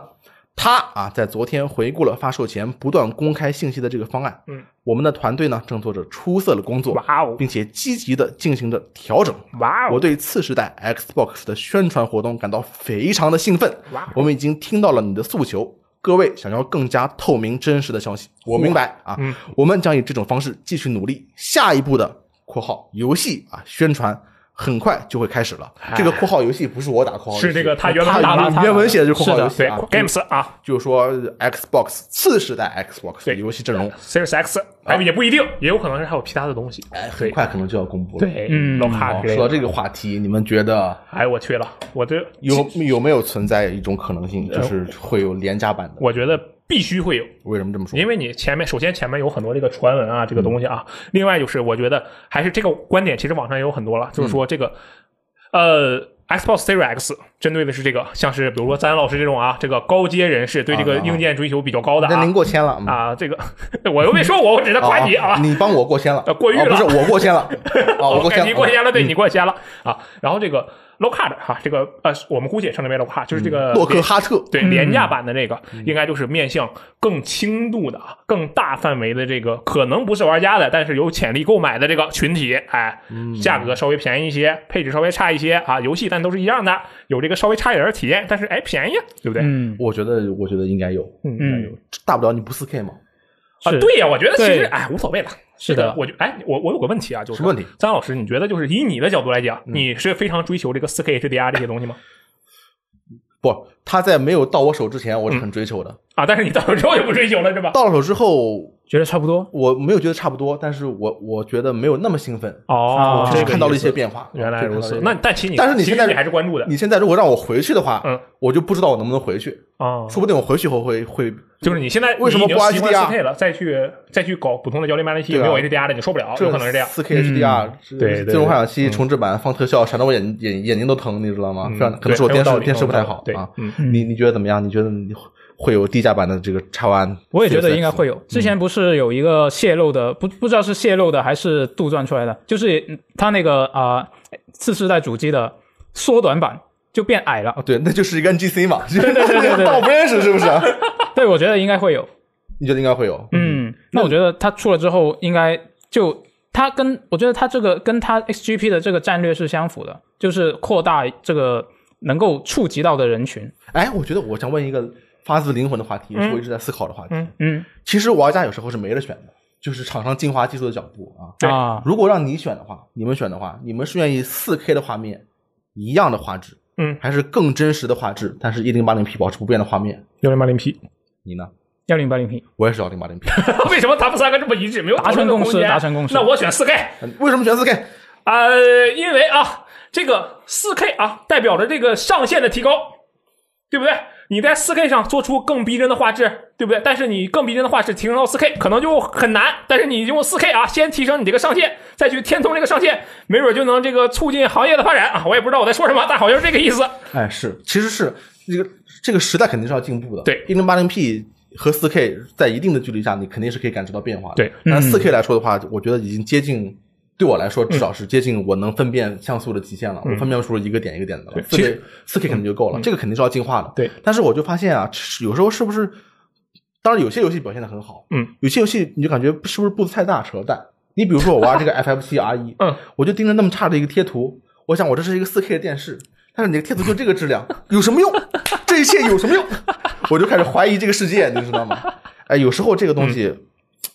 Speaker 2: 他啊，在昨天回顾了发售前不断公开信息的这个方案。
Speaker 3: 嗯，
Speaker 2: 我们的团队呢正做着出色的工作，
Speaker 3: 哇哦
Speaker 2: 并且积极的进行着调整。
Speaker 3: 哇
Speaker 2: 我
Speaker 3: 哦，
Speaker 2: 对次时代 Xbox 的宣传活动感到非常的兴奋
Speaker 3: 哇哦。
Speaker 2: 我们已经听到了你的诉求，各位想要更加透明真实的消息，我明白啊。
Speaker 3: 嗯
Speaker 2: 我们将以这种方式继续努力。下一步的（括号游戏啊宣传）很快就会开始了。这个括号游戏不是我打括号游戏，
Speaker 3: 是这个他
Speaker 2: 他
Speaker 3: 原文打了
Speaker 2: 原原文写的就是括号游戏
Speaker 3: 对
Speaker 2: 啊，
Speaker 3: ，Games 啊
Speaker 2: 就是说 Xbox 次世代 Xbox
Speaker 3: 对
Speaker 2: 游戏阵容，
Speaker 3: ，Series X，哎，也不一定，也有可能是还有其他的东西。
Speaker 2: 啊哎，很
Speaker 3: 对
Speaker 2: 快可能就要公布了。
Speaker 3: 对，
Speaker 1: 嗯
Speaker 3: 老卡
Speaker 2: 好，
Speaker 3: 之类
Speaker 2: 说到
Speaker 3: 的。
Speaker 2: 这个话题，你们觉得
Speaker 3: 哎，我去了，我这
Speaker 2: 有有没有存在一种可能性，
Speaker 3: 呃
Speaker 2: 就是会有廉价版的？
Speaker 3: 我觉得必须会有，
Speaker 2: 为什么这么说？
Speaker 3: 因为你前面首先前面有很多这个传闻啊，这
Speaker 2: 嗯
Speaker 3: 个东西啊，另外就是我觉得还是这个观点，其实网上也有很多了，
Speaker 2: 嗯
Speaker 3: 就是说这个、呃，Xbox Series X 针对的是这个，像是比如说赞恩老师这种啊，这个高阶人士对这个
Speaker 2: 啊啊
Speaker 3: 硬件追求比较高的
Speaker 2: 那
Speaker 3: 啊
Speaker 2: 您过签了嗯
Speaker 3: 啊，这个 我又没说我，我只是夸你啊
Speaker 2: 哦，你帮我过签了
Speaker 3: 呃，过誉
Speaker 2: 哦
Speaker 3: 了
Speaker 2: 不是我过 签了，啊，我过签了，
Speaker 3: 哦你过签了，对你过签了啊。然后这个 low card 哈、这个呃，我们姑且称之为 low card，就是这
Speaker 2: 嗯
Speaker 3: 个
Speaker 2: 啊洛克嗯哈特，
Speaker 3: 对
Speaker 1: 嗯
Speaker 3: 廉价版的这个，应该就是面向更轻度的、啊，更大范围的这个，可能不是玩家的，但是有潜力购买的这个群体，哎，
Speaker 2: 嗯
Speaker 3: 价格稍微便宜一些，配置稍微差一些啊，游戏但都是一样的，有这个稍微差一点的体验，但是哎便宜，对不对？
Speaker 1: 嗯
Speaker 2: 我觉得我觉得应该有，
Speaker 1: 嗯，
Speaker 2: 大不了你不四 K 嘛，
Speaker 3: 啊，
Speaker 1: 是
Speaker 3: 对呀、我觉得其实
Speaker 1: 对
Speaker 3: 哎无所谓了。
Speaker 1: 是的
Speaker 3: 这个我就哎，我我有个问题啊，就是
Speaker 2: 什么问题
Speaker 3: 张老师，你觉得就是以你的角度来讲，你是非常追求这个四 K HDR 这些东西吗？
Speaker 2: 不，他在没有到我手之前，我是很追求的，
Speaker 3: 啊，但是你到了之后就不追求了是吧？
Speaker 2: 到了手之后，
Speaker 1: 觉得差不多。
Speaker 2: 我没有觉得差不多，但是我我觉得没有那么兴奋，
Speaker 3: 哦
Speaker 2: 我
Speaker 1: 啊
Speaker 2: 只
Speaker 3: 这
Speaker 2: 是
Speaker 3: 个
Speaker 2: 看到了一些变化，
Speaker 3: 原来如此
Speaker 2: 我只是看到了一些。
Speaker 3: 那但其实你，
Speaker 2: 但是你
Speaker 3: 其
Speaker 2: 现
Speaker 3: 实
Speaker 2: 在
Speaker 3: 你还是关注的
Speaker 2: 你现在如果让我回去的话，
Speaker 3: 嗯，
Speaker 2: 我就不知道我能不能回去，
Speaker 3: 啊，
Speaker 2: 说不定我回去以后会会
Speaker 3: 就是你现在
Speaker 2: 为什么
Speaker 3: 你已经
Speaker 2: 不
Speaker 3: 习惯
Speaker 2: HDR
Speaker 3: 四 K 了，再去再去搞普通的幺零八零 P
Speaker 2: 对
Speaker 3: 没
Speaker 2: 啊
Speaker 3: 有 HDR 的，你受不了，有可能是这样。
Speaker 2: 四 K HDR，
Speaker 3: 嗯对对嗯
Speaker 2: 最终幻想七重置版放特效，闪得我眼眼眼睛都疼，你知道吗？非常可能是我
Speaker 3: 对很
Speaker 2: 电
Speaker 3: 有道
Speaker 2: 视
Speaker 3: 理
Speaker 2: 电视不太
Speaker 3: 很有道
Speaker 2: 好
Speaker 3: 理对
Speaker 2: 啊。
Speaker 3: 嗯
Speaker 2: 你你觉得怎么样？你觉得你会有低价版的这个叉 One？
Speaker 1: 我也觉得应该会有。之前不是有一个泄露的，不不知道是泄露的还是杜撰出来的，就是它那个啊、呃次世代主机的缩短版就变矮了
Speaker 2: 啊，。对，那就是一个 NGC 嘛，对对
Speaker 1: 对对对
Speaker 2: 当我不认识是不是？啊
Speaker 1: 对，我觉得应该会有。
Speaker 2: 你觉得应该会有？
Speaker 1: 嗯，那我觉得它出了之后，应该就它跟我觉得它这个跟它 XGP 的这个战略是相符的，就是扩大这个能够触及到的人群。
Speaker 2: 哎，我觉得我想问一个发自灵魂的话题，也是我一直在思考的话题。
Speaker 1: 嗯
Speaker 2: 其实玩家有时候是没得选的，就是厂商进化技术的脚步啊。
Speaker 3: 对
Speaker 1: 啊，
Speaker 2: 如果让你选的话，你们选的话，你们是愿意四 K 的画面，一样的画质，
Speaker 3: 嗯
Speaker 2: 还是更真实的画质，但是一零八零 P 保持不变的画面？
Speaker 3: 幺零八零 P，
Speaker 2: 你呢？
Speaker 1: 幺零八零 P
Speaker 2: 我也是幺零八零 P。
Speaker 3: 为什么他们三个这么一致？没有
Speaker 1: 达成
Speaker 3: 讨论的
Speaker 1: 共识
Speaker 3: 空间
Speaker 1: 达成共识
Speaker 3: 那我选四 K，
Speaker 2: 为什么选四 K？
Speaker 3: 呃，因为啊，这个四 K 啊，代表着这个上限的提高，对不对？你在四 K 上做出更逼真的画质，对不对？但是你更逼真的画质提升到四 K 可能就很难，但是你用四 K 啊，先提升你这个上限，再去填充这个上限，没准就能这个促进行业的发展啊！我也不知道我在说什么，但好像是这个意思。
Speaker 2: 哎，是，其实是这个这个时代肯定是要进步的。
Speaker 3: 对
Speaker 2: 一零八零 P 和四 K 在一定的距离下，你肯定是可以感知到变化的。
Speaker 3: 对，
Speaker 2: 但四 K 来说的话，我觉得已经接近。对我来说，至少是接近我能分辨像素的极限了。我分辨不出一个点一个点的了
Speaker 3: 嗯
Speaker 2: 四
Speaker 3: 对。其
Speaker 2: K
Speaker 3: 实嗯
Speaker 2: 四 K 肯定就够了，这个肯定是要进化的。
Speaker 3: 对，
Speaker 2: 但是我就发现啊，是有时候是不是，当然有些游戏表现的很好，
Speaker 3: 嗯，
Speaker 2: 有些游戏你就感觉是不是步子太大扯淡。你比如说我玩这个 FF 七 R 一，
Speaker 3: 嗯，
Speaker 2: 我就盯着那么差的一个贴图，我想我这是一个四 K 的电视，但是你的贴图就这个质量，有什么用？这一切有什么用？ 我就开始怀疑这个世界，你知道吗？哎，有时候这个东西，
Speaker 3: 嗯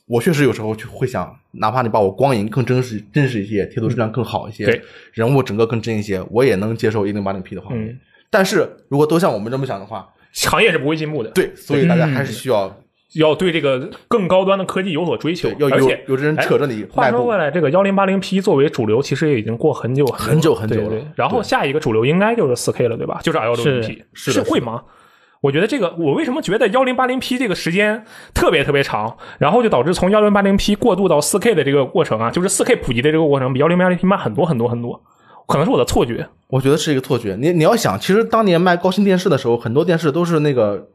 Speaker 2: 我确实有时候就会想，哪怕你把我光影更真实、真实一些，贴图质量更好一些，
Speaker 3: 对
Speaker 2: 人物整个更真一些，我也能接受一零八零 P 的画面。
Speaker 3: 嗯
Speaker 2: 但是如果都像我们这么想的话，
Speaker 3: 行业是不会进步的，
Speaker 2: 对，所以大家还是需要、
Speaker 3: 要对这个更高端的科技有所追求
Speaker 2: 对，要
Speaker 3: 嗯而
Speaker 2: 有
Speaker 3: 且哎
Speaker 2: 有这人扯着你
Speaker 3: 话
Speaker 2: 迈
Speaker 3: 说
Speaker 2: 步
Speaker 3: 回。来，这个幺零八零 P E 作为主流，其实也已经过很久很
Speaker 2: 很久
Speaker 3: 久
Speaker 2: 很久了
Speaker 3: 对对然后下一个主流应该就是四 K 了，对吧？就是 L 六零 P，E
Speaker 2: 是的是的
Speaker 3: 会吗？我觉得这个，我为什么觉得幺零八零 P E 这个时间特别特别长，然后就导致从幺零八零 P E 过渡到四 K 的这个过程啊，就是四 K 普及的这个过程比幺零八零 P E 慢很多很多很多，可能是我的错觉。
Speaker 2: 我觉得是一个错觉。你你要想，其实当年卖高清电视的时候，很多电视都是那个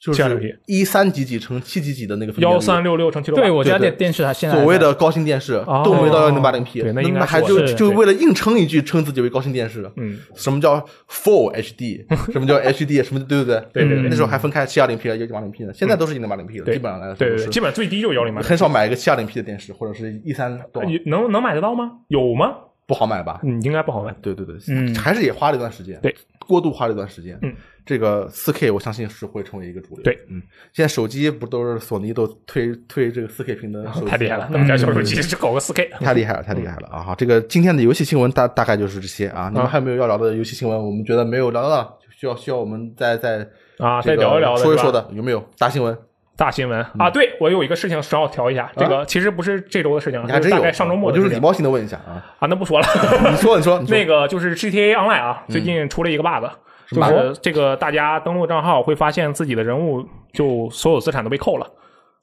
Speaker 2: 就
Speaker 3: 这样的比
Speaker 2: 是一三几几乘七几几的那个分辨率
Speaker 3: 幺三六六乘七六八，
Speaker 1: 对我家
Speaker 2: 对
Speaker 1: 电电视它现在
Speaker 2: 所谓
Speaker 1: 还在
Speaker 2: 的高清电视，
Speaker 3: 哦
Speaker 2: 动不动到幺零八零 P，
Speaker 3: 对那应该
Speaker 2: 还
Speaker 3: 是
Speaker 2: 就是就为了硬撑一句，称自己为高清电视。
Speaker 3: 嗯，
Speaker 2: 什么叫 Full HD？什么叫 HD？什么对对对
Speaker 3: 对对对
Speaker 2: 那时候还分开七二零 P 和幺零八零 P 呢，现在都是一零八零 P 了，
Speaker 3: 对
Speaker 2: 基本上来说
Speaker 3: 对
Speaker 2: 都
Speaker 3: 对
Speaker 2: 是
Speaker 3: 对，基本上最低就是幺零八零，
Speaker 2: 很少买一个七二零 P 的电视，或者是一三多少
Speaker 3: 能能买得到吗？有吗？
Speaker 2: 不好买吧？
Speaker 3: 嗯，应该不好买。
Speaker 2: 对对对，
Speaker 1: 嗯
Speaker 2: 还是也花了一段时间。
Speaker 3: 对，
Speaker 2: 过度化这段时间，
Speaker 3: 嗯，
Speaker 2: 这个四 K 我相信是会成为一个主流。
Speaker 3: 对，
Speaker 2: 嗯，现在手机不都是索尼都推推这个四 K 屏的手机，啊嗯
Speaker 3: 太厉害了，那我家小手机只搞个四 K，
Speaker 2: 太厉害了，太厉害了啊！好，这个今天的游戏新闻大大概就是这些啊。你们还有没有要聊的游戏新闻？我们觉得没有聊到的，需要需要我们再再
Speaker 3: 啊，
Speaker 2: 这
Speaker 3: 再
Speaker 2: 个
Speaker 3: 聊一聊的
Speaker 2: 说一
Speaker 3: 是吧
Speaker 2: 说的，有没有大新闻？
Speaker 3: 大新闻
Speaker 2: 嗯
Speaker 3: 啊！对我有一个事情正好调一下，这个其实不是这周的事情，
Speaker 2: 你还真
Speaker 3: 是大
Speaker 2: 啊有？
Speaker 3: 概上周末
Speaker 2: 我
Speaker 3: 的
Speaker 2: 就是
Speaker 3: 事
Speaker 2: 礼
Speaker 3: 情
Speaker 2: 貌性的问一下啊。
Speaker 3: 啊，那 不说了。
Speaker 2: 你说，嗯你说，你说
Speaker 3: 那个就是 GTA Online 啊，最近出了一个 bug，、就
Speaker 2: bug？
Speaker 3: 是这个大家登录账号会发现自己的人物就所有资产都被扣了，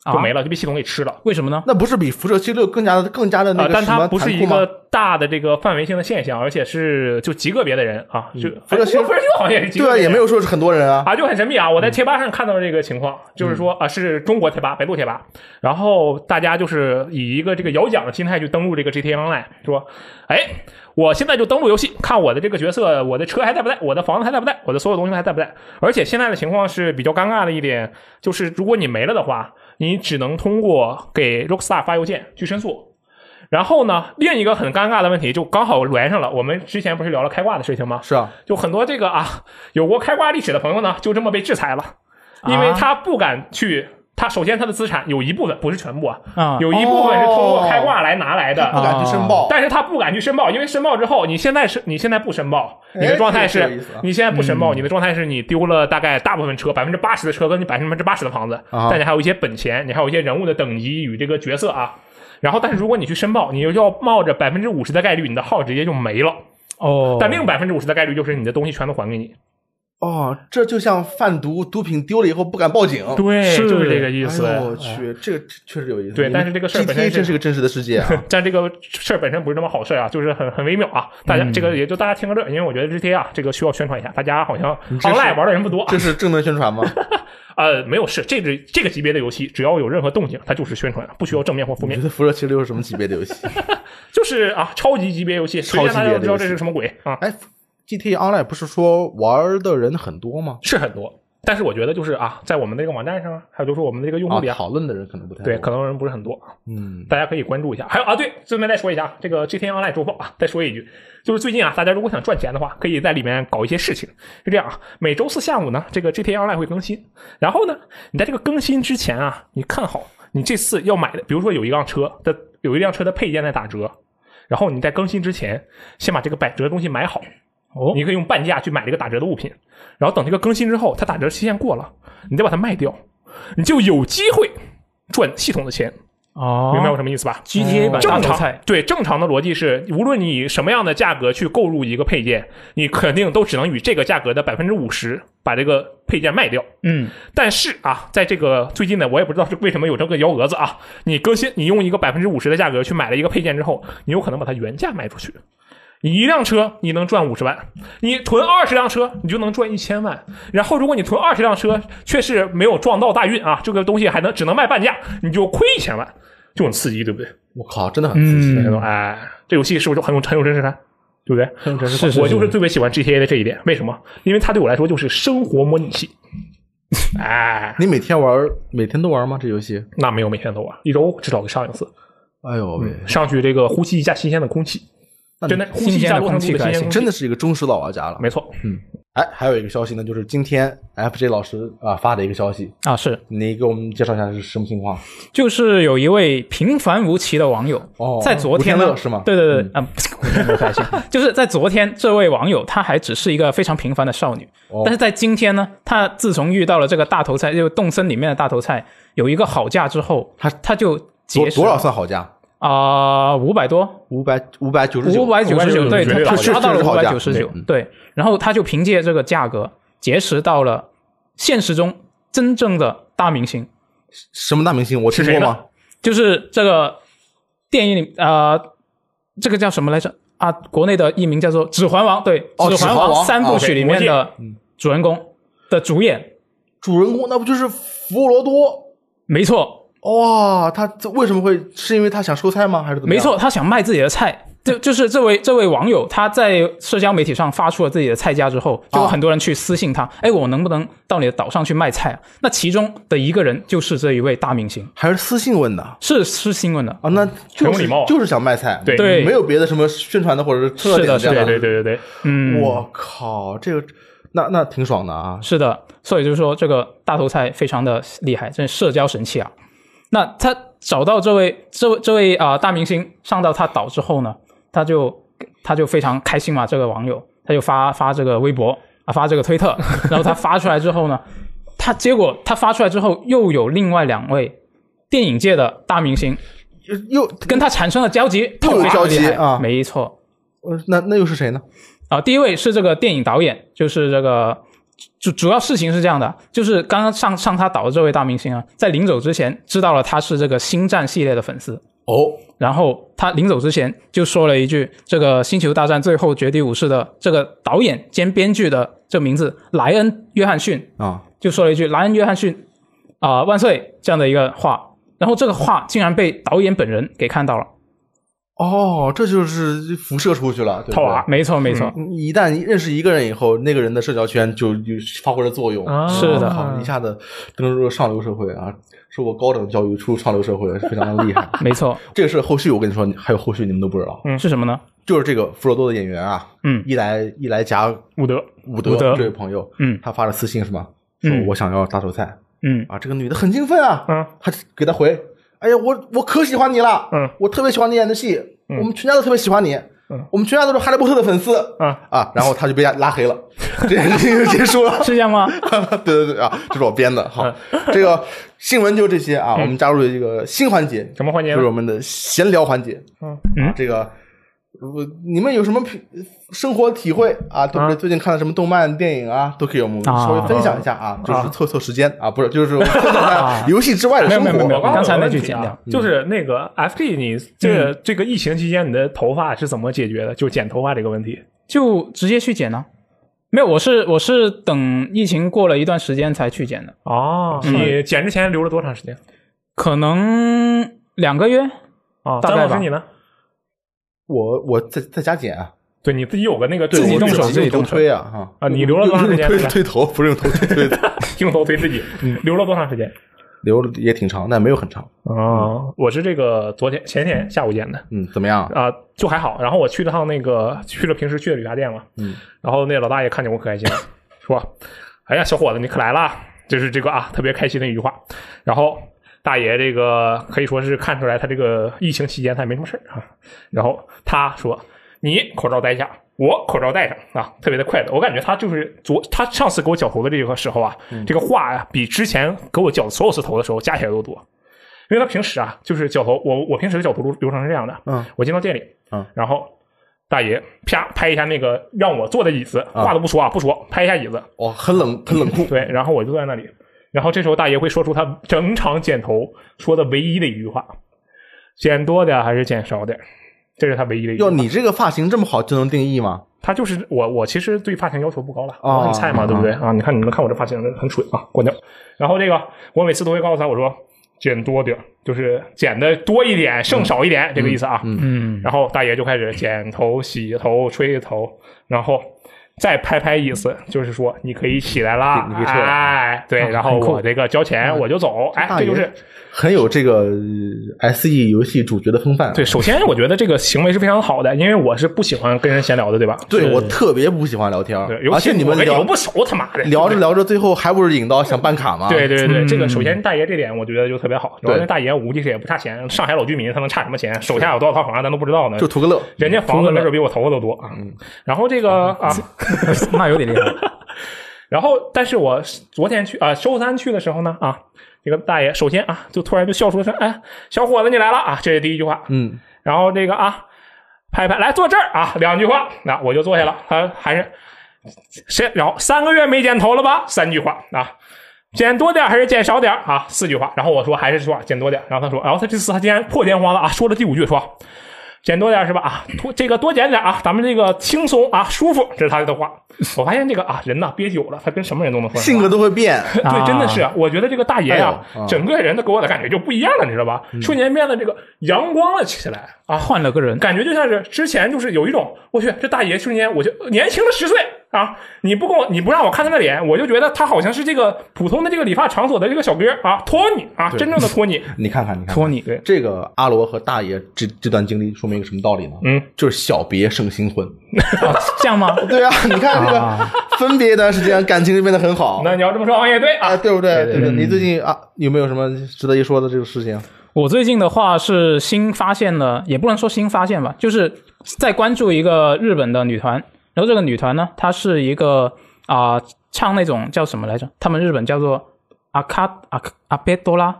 Speaker 3: 就
Speaker 1: 啊
Speaker 3: 没了，就被系统给吃了。
Speaker 1: 为什么呢？
Speaker 2: 那不是比辐射七六更加的更加的那
Speaker 3: 啊，
Speaker 2: 个
Speaker 3: 但
Speaker 2: 什么
Speaker 3: 它不是
Speaker 2: 残
Speaker 3: 一
Speaker 2: 酷吗
Speaker 3: 个？大的这个范围性的现象，而且是就极个别的人啊，就
Speaker 2: 不是嗯
Speaker 3: 哎
Speaker 2: 其实
Speaker 3: 不是这个好像也是极
Speaker 2: 对
Speaker 3: 个别
Speaker 2: 啊，
Speaker 3: 的人
Speaker 2: 也没有说是很多人啊。
Speaker 3: 啊，就很神秘啊！我在贴吧上看到这个情况，就是说啊，是中国贴吧，百度贴吧，然后大家就是以一个这个摇奖的心态去登录这个 GTA Online，说，哎，我现在就登录游戏，看我的这个角色，我的车还在不在，我的房子还在不在，我的所有东西还在不在。而且现在的情况是比较尴尬的一点，就是如果你没了的话，你只能通过给 Rockstar 发邮件去申诉。然后呢，另一个很尴尬的问题就刚好连上了。我们之前不是聊了开挂的事情吗？
Speaker 2: 是啊，
Speaker 3: 就很多这个啊， 有过开挂历史的朋友呢，就这么被制裁了，因
Speaker 2: 啊
Speaker 3: 为他不敢去。他首先他的资产有一部分不是全部啊，
Speaker 1: 啊，
Speaker 3: 有一部分是
Speaker 2: 哦
Speaker 3: 通过开挂来拿来的，啊
Speaker 2: 不敢去申报。
Speaker 3: 但是他不敢去申报，因为申报之后，你现在是你现在不申报，
Speaker 2: 哎
Speaker 3: 你的状态
Speaker 2: 这个有意
Speaker 3: 是
Speaker 2: 思啊，
Speaker 3: 你现在不申报，你的状态是你丢了大概大部分车，百分之八十的车跟你百分之八十的房子，
Speaker 2: 啊
Speaker 3: 但你还有一些本钱，你还有一些人物的等级与这个角色啊。然后，但是如果你去申报，你就要冒着百分之五十的概率，你的号直接就没了。
Speaker 1: 哦，
Speaker 3: 但另百分之五十的概率就是你的东西全都还给你。
Speaker 2: 哦，这就像贩毒毒品丢了以后不敢报警。
Speaker 3: 对
Speaker 1: 是
Speaker 3: 哎就是这个意思。
Speaker 2: 哎呦我去，这个确实有意思。
Speaker 3: 对
Speaker 2: 你们
Speaker 3: 但是这个事儿本身
Speaker 2: GTA
Speaker 3: 是
Speaker 2: 真是个真实的世界 啊。
Speaker 3: 但这个事儿本身不是那么好事儿啊，就是很很微妙啊。大家、
Speaker 2: 嗯
Speaker 3: 这个也就大家听个乐，因为我觉得 GTA 啊，这个需要宣传一下。大家好像
Speaker 2: 嗯这是
Speaker 3: online 玩的人不多啊
Speaker 2: 这，是正能宣传吗？
Speaker 3: 呃，没有是这个这个级别的游戏，只要有任何动静，它就是宣传，啊不需要正面或负
Speaker 2: 你
Speaker 3: 面
Speaker 2: 觉，得辐射七六是什么级别的游戏？
Speaker 3: 就是啊，超级级别游戏，
Speaker 2: 超级
Speaker 3: 谁
Speaker 2: 级别
Speaker 3: 让大
Speaker 2: 的
Speaker 3: 家
Speaker 2: 游戏
Speaker 3: 都知道这是什么鬼啊？
Speaker 2: 哎，GTA Online 不是说玩的人很多吗？
Speaker 3: 是很多，但是我觉得就是啊，在我们的这个网站上啊，还有就是我们的这个用
Speaker 2: 啊
Speaker 3: 户里，啊，
Speaker 2: 讨论的人可能不太
Speaker 3: 对，
Speaker 2: 多
Speaker 3: 可能人不是很多，
Speaker 2: 嗯，
Speaker 3: 大家可以关注一下。还有啊，对，顺便再说一下，啊这个 GTA Online 周报啊，再说一句，就是最近啊，大家如果想赚钱的话，可以在里面搞一些事情。是这样啊，每周四下午呢，这个 GTA Online 会更新。然后呢，你在这个更新之前啊，你看好你这次要买的，比如说有一辆车的有一辆车的配件在打折，然后你在更新之前先把这个打折的东西买好。
Speaker 1: 哦
Speaker 3: 你可以用半价去买这个打折的物品，然后等这个更新之后，它打折期限过了，你再把它卖掉，你就有机会赚系统的钱，
Speaker 1: 哦，
Speaker 3: 明白我什么意思吧？嗯
Speaker 1: GTA 版大
Speaker 3: 正
Speaker 1: 头
Speaker 3: 常
Speaker 1: 菜，
Speaker 3: 对正常的逻辑是，无论你以什么样的价格去购入一个配件，你肯定都只能以这个价格的百分之五十把这个配件卖掉。
Speaker 1: 嗯，
Speaker 3: 但是啊，在这个最近呢，我也不知道是为什么有这个幺蛾子啊，你更新你用一个百分之五十的价格去买了一个配件之后，你有可能把它原价卖出去。你一辆车你能赚五十万，你囤二十辆车你就能赚一千万。然后如果你囤二十辆车却是没有撞到大运啊，这个东西还能只能卖半价，你就亏一千万，就很刺激，对不对？
Speaker 2: 我靠，真的很刺激。
Speaker 1: 嗯
Speaker 3: 那种哎，这游戏是不是就很有很有真实感？对不对？很有真
Speaker 1: 实感
Speaker 3: 我就是
Speaker 1: 是
Speaker 3: 特别喜欢 GTA 的这一点，为什么？因为它对我来说就是生活模拟器。哎，
Speaker 2: 你每天玩，每天都玩吗？这游戏？
Speaker 3: 那没有每天都玩，一周至少得上一次，
Speaker 2: 哎呦喂，
Speaker 1: 嗯
Speaker 3: 上去这个呼吸一下新鲜的空气，
Speaker 2: 那你
Speaker 3: 真的呼吸一下洛
Speaker 1: 新鲜的空
Speaker 3: 杉矶的
Speaker 1: 气可
Speaker 3: 新
Speaker 1: 还
Speaker 3: 鲜
Speaker 1: 行
Speaker 3: 空气，
Speaker 2: 真的是一个忠实老玩家了。
Speaker 3: 没错。
Speaker 2: 哎，还有一个消息呢，就是今天 FJ 老师啊、发的一个消息，
Speaker 1: 啊是，
Speaker 2: 你给我们介绍一下是什么情况？
Speaker 1: 就是有一位平凡无奇的网友，
Speaker 2: 哦
Speaker 1: 在昨天
Speaker 2: 古天乐
Speaker 1: 呢，
Speaker 2: 是吗嗯
Speaker 1: 对对对，啊， 古天乐开心，就是在昨天，这位网友她还只是一个非常平凡的少女，
Speaker 2: 哦
Speaker 1: 但是在今天呢，她自从遇到了这个大头菜，就是动森里面的大头菜有一个好价之后，
Speaker 2: 她
Speaker 1: 她就
Speaker 2: 多
Speaker 1: 结识
Speaker 2: 多少算好价？
Speaker 1: 啊五百多，
Speaker 2: 五百五百九十九，
Speaker 1: 五百九十九，对，
Speaker 3: 599
Speaker 1: 他
Speaker 2: 是
Speaker 1: 刷到了
Speaker 2: 是
Speaker 1: 五
Speaker 2: 好
Speaker 1: 百
Speaker 2: 价
Speaker 1: 九十九
Speaker 2: 嗯，
Speaker 1: 对，然后他就凭借这个价格结识到了现实中真正的大明星，
Speaker 2: 什么大明星？我听
Speaker 3: 是
Speaker 2: 过
Speaker 3: 谁呢
Speaker 2: 吗？
Speaker 1: 就是这个电影里呃，这个叫什么来着？啊，国内的译名叫做《指环王》，对，
Speaker 2: 哦
Speaker 1: 指环
Speaker 2: 指环王
Speaker 1: 三部曲里面
Speaker 3: 啊
Speaker 1: 的
Speaker 2: 嗯
Speaker 1: 主人公的主演，
Speaker 2: 主人公那不就是弗罗多？
Speaker 1: 没错，
Speaker 2: 哇，他这为什么会是因为他想收菜吗？还是怎么
Speaker 1: 没
Speaker 2: 样？
Speaker 1: 错，他想卖自己的菜。就就是这位这位网友，他在社交媒体上发出了自己的菜价之后，就有
Speaker 2: 啊
Speaker 1: 很多人去私信他，哎，我能不能到你的岛上去卖菜啊？那其中的一个人就是这一位大明星，
Speaker 2: 还是私信问的啊？
Speaker 1: 是是新闻的，
Speaker 2: 那
Speaker 3: 很
Speaker 2: 就
Speaker 3: 有
Speaker 2: 是
Speaker 3: 礼貌啊
Speaker 2: 就是想卖菜，
Speaker 3: 对
Speaker 1: 对
Speaker 2: 没有别的什么宣传的或者是
Speaker 1: 是
Speaker 2: 特点
Speaker 1: 的
Speaker 2: 这样
Speaker 3: 对对对对对，
Speaker 1: 嗯，
Speaker 2: 我靠，这个那那挺爽的啊。
Speaker 1: 是的，所以就是说这个大头菜非常的厉害，真是社交神器啊。那他找到这位这位这位啊、大明星上到他岛之后呢，他就他就非常开心嘛，这个网友他就发发这个微博啊，发这个推特，然后他发出来之后呢，他结果他发出来之后，又有另外两位电影界的大明星
Speaker 2: 又
Speaker 1: 跟他产生了交集，
Speaker 2: 又有
Speaker 1: 特别
Speaker 2: 交集
Speaker 1: 厉害
Speaker 2: 啊
Speaker 1: 没错，
Speaker 2: 呃那那又是谁呢？
Speaker 1: 啊，第一位是这个电影导演，就是这个主主要事情是这样的，就是刚刚上上他岛的这位大明星啊，在临走之前知道了他是这个星战系列的粉丝，
Speaker 2: 哦，
Speaker 1: 然后他临走之前就说了一句：“这个《星球大战：最后绝地武士》的这个导演兼编剧的这名字莱恩·约翰逊
Speaker 2: 啊，
Speaker 1: 就说了一句“莱恩·约翰逊啊、万岁”这样的一个话，然后这个话竟然被导演本人给看到了。
Speaker 2: 哦，这就是辐射出去了，对不
Speaker 3: 套娃
Speaker 2: 对？
Speaker 1: 没错，没错，
Speaker 2: 你一旦认识一个人以后，那个人的社交圈就就发挥了作用。
Speaker 3: 啊
Speaker 1: 是的
Speaker 2: 靠一下子登入上流社会啊，受过高等教育出上流社会，非常的厉 害。
Speaker 1: 没错，
Speaker 2: 这个事儿后续我跟你说，还有后续你们都不知道。
Speaker 1: 是什么呢？
Speaker 2: 就是这个弗罗多的演员啊，
Speaker 1: 嗯
Speaker 2: 伊莱伊莱夹
Speaker 3: 伍德，
Speaker 2: 伍德
Speaker 1: 伍德
Speaker 2: 这位朋友，
Speaker 1: 嗯
Speaker 2: 他发了私信是吗？说
Speaker 1: 嗯
Speaker 2: 我想要大头菜
Speaker 1: 嗯，
Speaker 2: 啊，这个女的很兴奋啊，
Speaker 3: 嗯，
Speaker 2: 他给他回，哎呀，我我可喜欢你了，
Speaker 3: 嗯，
Speaker 2: 我特别喜欢你演的戏，
Speaker 1: 嗯
Speaker 2: 我们全家都特别喜欢你，嗯，我们全家都是哈利波特的粉丝，
Speaker 3: 嗯
Speaker 2: 啊，然后他就被拉黑了，这件事情就结束了。
Speaker 1: 是这样吗？
Speaker 2: 对对对啊，这是我编的
Speaker 3: 嗯
Speaker 2: 哈。这个新闻就这些啊，我们加入了一个新环节，
Speaker 3: 什么环节
Speaker 2: 就
Speaker 3: 呢
Speaker 2: 是我们的闲聊环节。
Speaker 3: 嗯
Speaker 2: 啊，这个我你们有什么品生活体会啊？对
Speaker 3: 嗯
Speaker 2: 不对？最近看了什么动漫、电影啊，都可以我们
Speaker 1: 啊
Speaker 2: 稍微分享一下
Speaker 3: 嗯
Speaker 2: 啊，就是凑凑时间啊，不是，就是 我们凑凑一
Speaker 1: 啊
Speaker 2: 下游戏之外的
Speaker 1: 没有
Speaker 2: 生
Speaker 1: 没有没有没
Speaker 2: 活
Speaker 1: 有。刚才那句剪掉，
Speaker 3: 啊
Speaker 1: 嗯
Speaker 3: 就是那个 FG，你这这个疫情期间你的头发是怎么解决的？就剪头发这个问题，
Speaker 1: 就直接去剪呢、没有，我是我是等疫情过了一段时间才去剪的，
Speaker 3: 哦，你剪之前留了多长时间
Speaker 1: 可能两个月。
Speaker 3: 啊？
Speaker 1: 大概
Speaker 3: 张老
Speaker 1: 吧
Speaker 3: 师你呢？
Speaker 2: 我我在在家剪啊，
Speaker 3: 对你自己有个那个
Speaker 2: 对
Speaker 1: 自己
Speaker 2: 我
Speaker 1: 动手
Speaker 2: 用
Speaker 1: 自己
Speaker 2: 头
Speaker 1: 动手
Speaker 2: 推啊哈
Speaker 3: 啊你留了多长时间
Speaker 2: 用推
Speaker 3: 是吧
Speaker 2: 推头不是用头推推的，
Speaker 3: 镜头推 自己，
Speaker 1: 嗯
Speaker 3: 留了多长时间？
Speaker 2: 留了也挺长，但没有很长。
Speaker 3: 哦，我是这个昨天前天下午剪的。
Speaker 2: 嗯，怎么样？
Speaker 3: 啊、就还好。然后我去了趟那个，去了平时去的理发店嘛，
Speaker 2: 嗯，
Speaker 3: 然后那老大爷看见我可开心了，说：“哎呀，小伙子，你可来啦！”就是这个啊，特别开心的一句话。然后大爷这个可以说是看出来他这个疫情期间他也没什么事儿啊。然后他说：“你口罩戴下。”我口罩戴上啊，特别的快乐。我感觉他就是昨他上次给我绞头的这个时候啊，这个话呀、比之前给我绞所有次头的时候加起来都多。因为他平时啊，就是绞头，我我平时的绞头流流程是这样的，
Speaker 2: 嗯，
Speaker 3: 我进到店里，
Speaker 2: 嗯，
Speaker 3: 然后大爷啪拍一下那个让我坐的椅子，话都不说啊，不说，拍一下椅子，
Speaker 2: 哇，很冷很冷酷。
Speaker 3: 对，然后我就坐在那里，然后这时候大爷会说出他整场剪头说的唯一的一句话：剪多点儿还是剪少点儿？这是他唯一的一句
Speaker 2: 哟，
Speaker 3: 话。
Speaker 2: 你这个发型这么好就能定义吗？
Speaker 3: 他就是我，我其实对发型要求不高了，
Speaker 2: 哦
Speaker 3: 我很菜嘛，对不对啊？你看你们看我这发型很蠢啊，关掉。然后这个我每次都会告诉他，我说剪多点儿，就是剪的多一点，剩少一点，这个意思啊。嗯
Speaker 1: 嗯，
Speaker 3: 然后大爷就开始剪头、洗头、吹头，然后再拍拍椅子，就是说你可以起来啦，
Speaker 2: 你可以撤了啊
Speaker 3: 哎，对，然后我这个交钱我就走，哎，
Speaker 2: 嗯大
Speaker 3: 这
Speaker 2: 爷
Speaker 3: 就是
Speaker 2: 很有这个 S E 游戏主角的风范。
Speaker 3: 对。首先，我觉得这个行为是非常好的，因为我是不喜欢跟人闲聊的，对吧？
Speaker 2: 对我特别不喜欢聊天儿
Speaker 3: 对，，尤
Speaker 2: 而
Speaker 3: 其
Speaker 2: 且你
Speaker 3: 我
Speaker 2: 们
Speaker 3: 跟你
Speaker 2: 聊
Speaker 3: 又不熟，他妈的
Speaker 2: 聊着。聊着，最后还不是引到想办卡吗？
Speaker 3: 对对对对，
Speaker 1: 嗯
Speaker 3: 这个首先大爷这点我觉得就特别好。然后
Speaker 2: 对
Speaker 3: 那大爷无计是也不差钱，上海老居民他能差什么钱？手下有多少套房咱都不知道呢
Speaker 2: 就。嗯图个乐。
Speaker 3: 人家房子没准比我头发都多啊。然后这个啊，
Speaker 1: 那有点厉 害。
Speaker 3: 然后，但是我昨天去啊、周三去的时候呢，啊，这个大爷首先啊，就突然就笑出了声，哎，小伙子你来了啊，这是第一句话。
Speaker 2: 嗯，
Speaker 3: 然后这个啊，拍拍来坐这儿啊，两句话，那我就坐下了。他还是谁？然后三个月没剪头了吧？三句话啊，剪多点儿还是剪少点儿啊？四句话。然后我说还是说剪多点儿。然后他说，然后他这次他竟然破天荒了啊，说了第五句说。剪多点儿是吧？啊，多这个多减点儿啊，咱们这个轻松啊，舒服，这是他的话。我发现这个啊，人呐憋久了，他跟什么人都能说上话。
Speaker 2: 性格都会变。
Speaker 1: 啊
Speaker 3: 对，真的是，我觉得这个大爷呀
Speaker 2: 哎呦啊，嗯
Speaker 3: 整个人的给我的感觉就不一样了，你知道吧？瞬间变得这个阳光了起来啊，
Speaker 1: 换了个人，
Speaker 3: 感觉就像是之前就是有一种，我去，这大爷瞬间我就年轻了十岁啊！你不跟我，你不让我看他的脸，我就觉得他好像是这个普通的这个理发场所的这个小哥啊，托尼啊，
Speaker 2: 对
Speaker 3: 真正的托尼。
Speaker 2: 你看看，你看看
Speaker 1: 托尼，
Speaker 3: 对，
Speaker 2: 这个阿罗和大爷这这段经历说明一个什么道理呢？
Speaker 3: 嗯，
Speaker 2: 就是小别胜新婚。
Speaker 1: 啊这样吗？
Speaker 2: 对啊，你看这
Speaker 1: 啊
Speaker 2: 个分别一段时间，感情就变得很好。
Speaker 3: 那你要这么说，啊，也对啊
Speaker 2: 啊，，对不对？
Speaker 3: 对
Speaker 2: 对对，你最近啊有没有什么值得一说的这个事情？
Speaker 1: 我最近的话是新发现了，也不能说新发现吧，就是在关注一个日本的女团。然后这个女团呢，她是一个啊、唱那种叫什么来着？他们日本叫做阿卡阿卡阿贝多拉，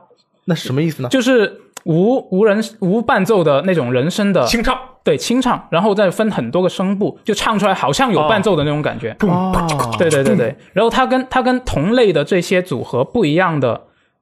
Speaker 2: 那什么意思呢？
Speaker 1: 就是无无人无伴奏的那种人声的
Speaker 3: 清唱。
Speaker 1: 对清唱，然后再分很多个声部，就唱出来好像有伴奏的那种感觉。
Speaker 2: 哦，
Speaker 1: 嗯对对对对，然后它跟它跟同类的这些组合不一样的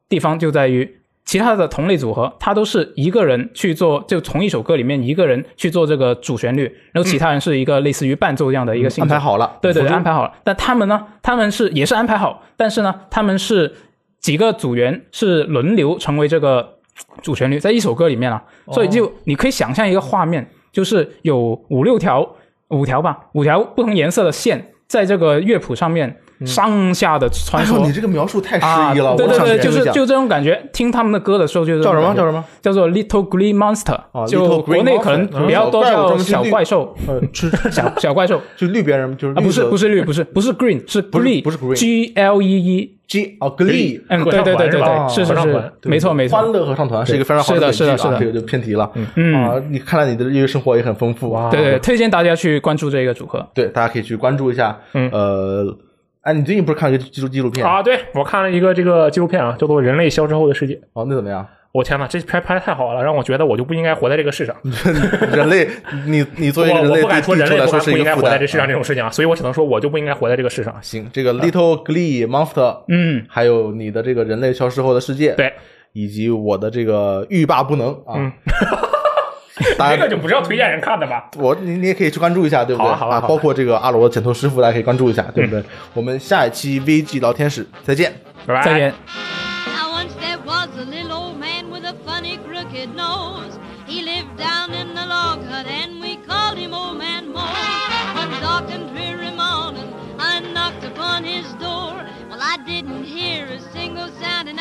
Speaker 1: 地方就在于，其他的同类组合它都是一个人去做，就同一首歌里面一个人去做这个主旋律，然后其他人是一个类似于伴奏这样的一个性
Speaker 2: 嗯安
Speaker 1: 质。
Speaker 2: 排好了，
Speaker 1: 对对
Speaker 2: 辅
Speaker 1: 对，
Speaker 2: 助
Speaker 1: 安排好了。但他们呢，他们是也是安排好，但是呢，他们是几个组员是轮流成为这个主旋律，在一首歌里面啊，
Speaker 2: 哦
Speaker 1: 所以就你可以想象一个画面，就是有五六条、五条吧，五条不同颜色的线在这个乐谱上面上下的穿
Speaker 2: 嗯哎呦，你
Speaker 1: 梭。
Speaker 2: 这个描述太
Speaker 1: 啊，
Speaker 2: 诗意了，
Speaker 1: 对
Speaker 2: 我
Speaker 1: 对
Speaker 2: 想
Speaker 1: 对，
Speaker 2: 听
Speaker 1: 就
Speaker 2: 一
Speaker 1: 是
Speaker 2: 下
Speaker 1: 就这种感觉。听他们的歌的时候，就是这
Speaker 2: 叫
Speaker 1: 种
Speaker 2: 什么
Speaker 1: 感觉
Speaker 2: 叫什么？
Speaker 1: 叫做 Little Green Monster，
Speaker 2: 啊
Speaker 1: 就
Speaker 2: Little Green
Speaker 1: 国内可
Speaker 2: Monster，
Speaker 1: 能比较多
Speaker 2: 嗯小怪我
Speaker 1: 叫
Speaker 2: 专门去
Speaker 1: 小
Speaker 2: 绿
Speaker 1: 怪 兽，
Speaker 2: 呃，吃
Speaker 1: 小小怪兽。
Speaker 2: 就绿别人就是
Speaker 1: 啊，不是不
Speaker 2: 是
Speaker 1: 是绿，不是不是 green，是
Speaker 2: 不是不是 green
Speaker 1: G L E E，
Speaker 2: G 哦 Glee
Speaker 1: 嗯，
Speaker 3: 合
Speaker 1: 对
Speaker 3: 唱
Speaker 1: 对对
Speaker 3: 团是
Speaker 1: 对
Speaker 3: 吧
Speaker 1: 对，是是
Speaker 3: 合唱
Speaker 1: 是
Speaker 3: 团，
Speaker 1: 没错没
Speaker 2: 欢
Speaker 1: 错，
Speaker 2: 乐合唱团是一个非常好
Speaker 1: 是的
Speaker 2: 本剧
Speaker 1: 是的是
Speaker 2: 啊，
Speaker 1: 的
Speaker 2: 这个就偏题了。
Speaker 1: 嗯
Speaker 2: 啊，你看来你的业余生活也很丰富啊。
Speaker 1: 对对，推荐大家去关注这个组合。
Speaker 2: 对，大家可以去关注一下。嗯，呃，哎，你最近不是看了一个纪录纪录片？
Speaker 1: 嗯
Speaker 3: 啊，对我看了一个这个纪录片啊，叫做《人类消失后的世界》。
Speaker 2: 哦，那怎么样？
Speaker 3: 我天哪，这拍拍得太好了，让我觉得我就不应该活在这个世上。
Speaker 2: 人类，你你作为一个
Speaker 3: 我
Speaker 2: 人
Speaker 3: 我
Speaker 2: 类
Speaker 3: 不敢说
Speaker 2: 对地
Speaker 3: 嗯人
Speaker 2: 球来
Speaker 3: 类不
Speaker 2: 说
Speaker 3: 敢
Speaker 2: 是
Speaker 3: 不
Speaker 2: 一
Speaker 3: 应
Speaker 2: 个
Speaker 3: 该
Speaker 2: 负
Speaker 3: 活在
Speaker 2: 担
Speaker 3: 这。世上这种事情啊，所以我只能说我就不应该活在这个世上。
Speaker 2: 行，这个 Little Glee Monster，
Speaker 1: 嗯，
Speaker 2: 还有你的这个人类消失后的世界，，
Speaker 3: 对，嗯
Speaker 2: 以及我的这个欲罢不能 啊，大
Speaker 3: 这个
Speaker 2: 家
Speaker 3: 就不是要推荐人看的吧？
Speaker 2: 我你你也可以去关注一下，对不对？
Speaker 3: 好啊好啊嗯好啊
Speaker 2: 包括这个阿罗的剪头师傅，大家可以关注一下，对不对？我们下一期 VG 聊天室再见。
Speaker 3: 拜拜。
Speaker 1: 再见。
Speaker 4: Now once there was a little old man with a funny crooked nose. He lived down in the log hut and we called him Old Man Mose. One dark and dreary morning, I knocked upon his door. Well, I didn't hear a single sound and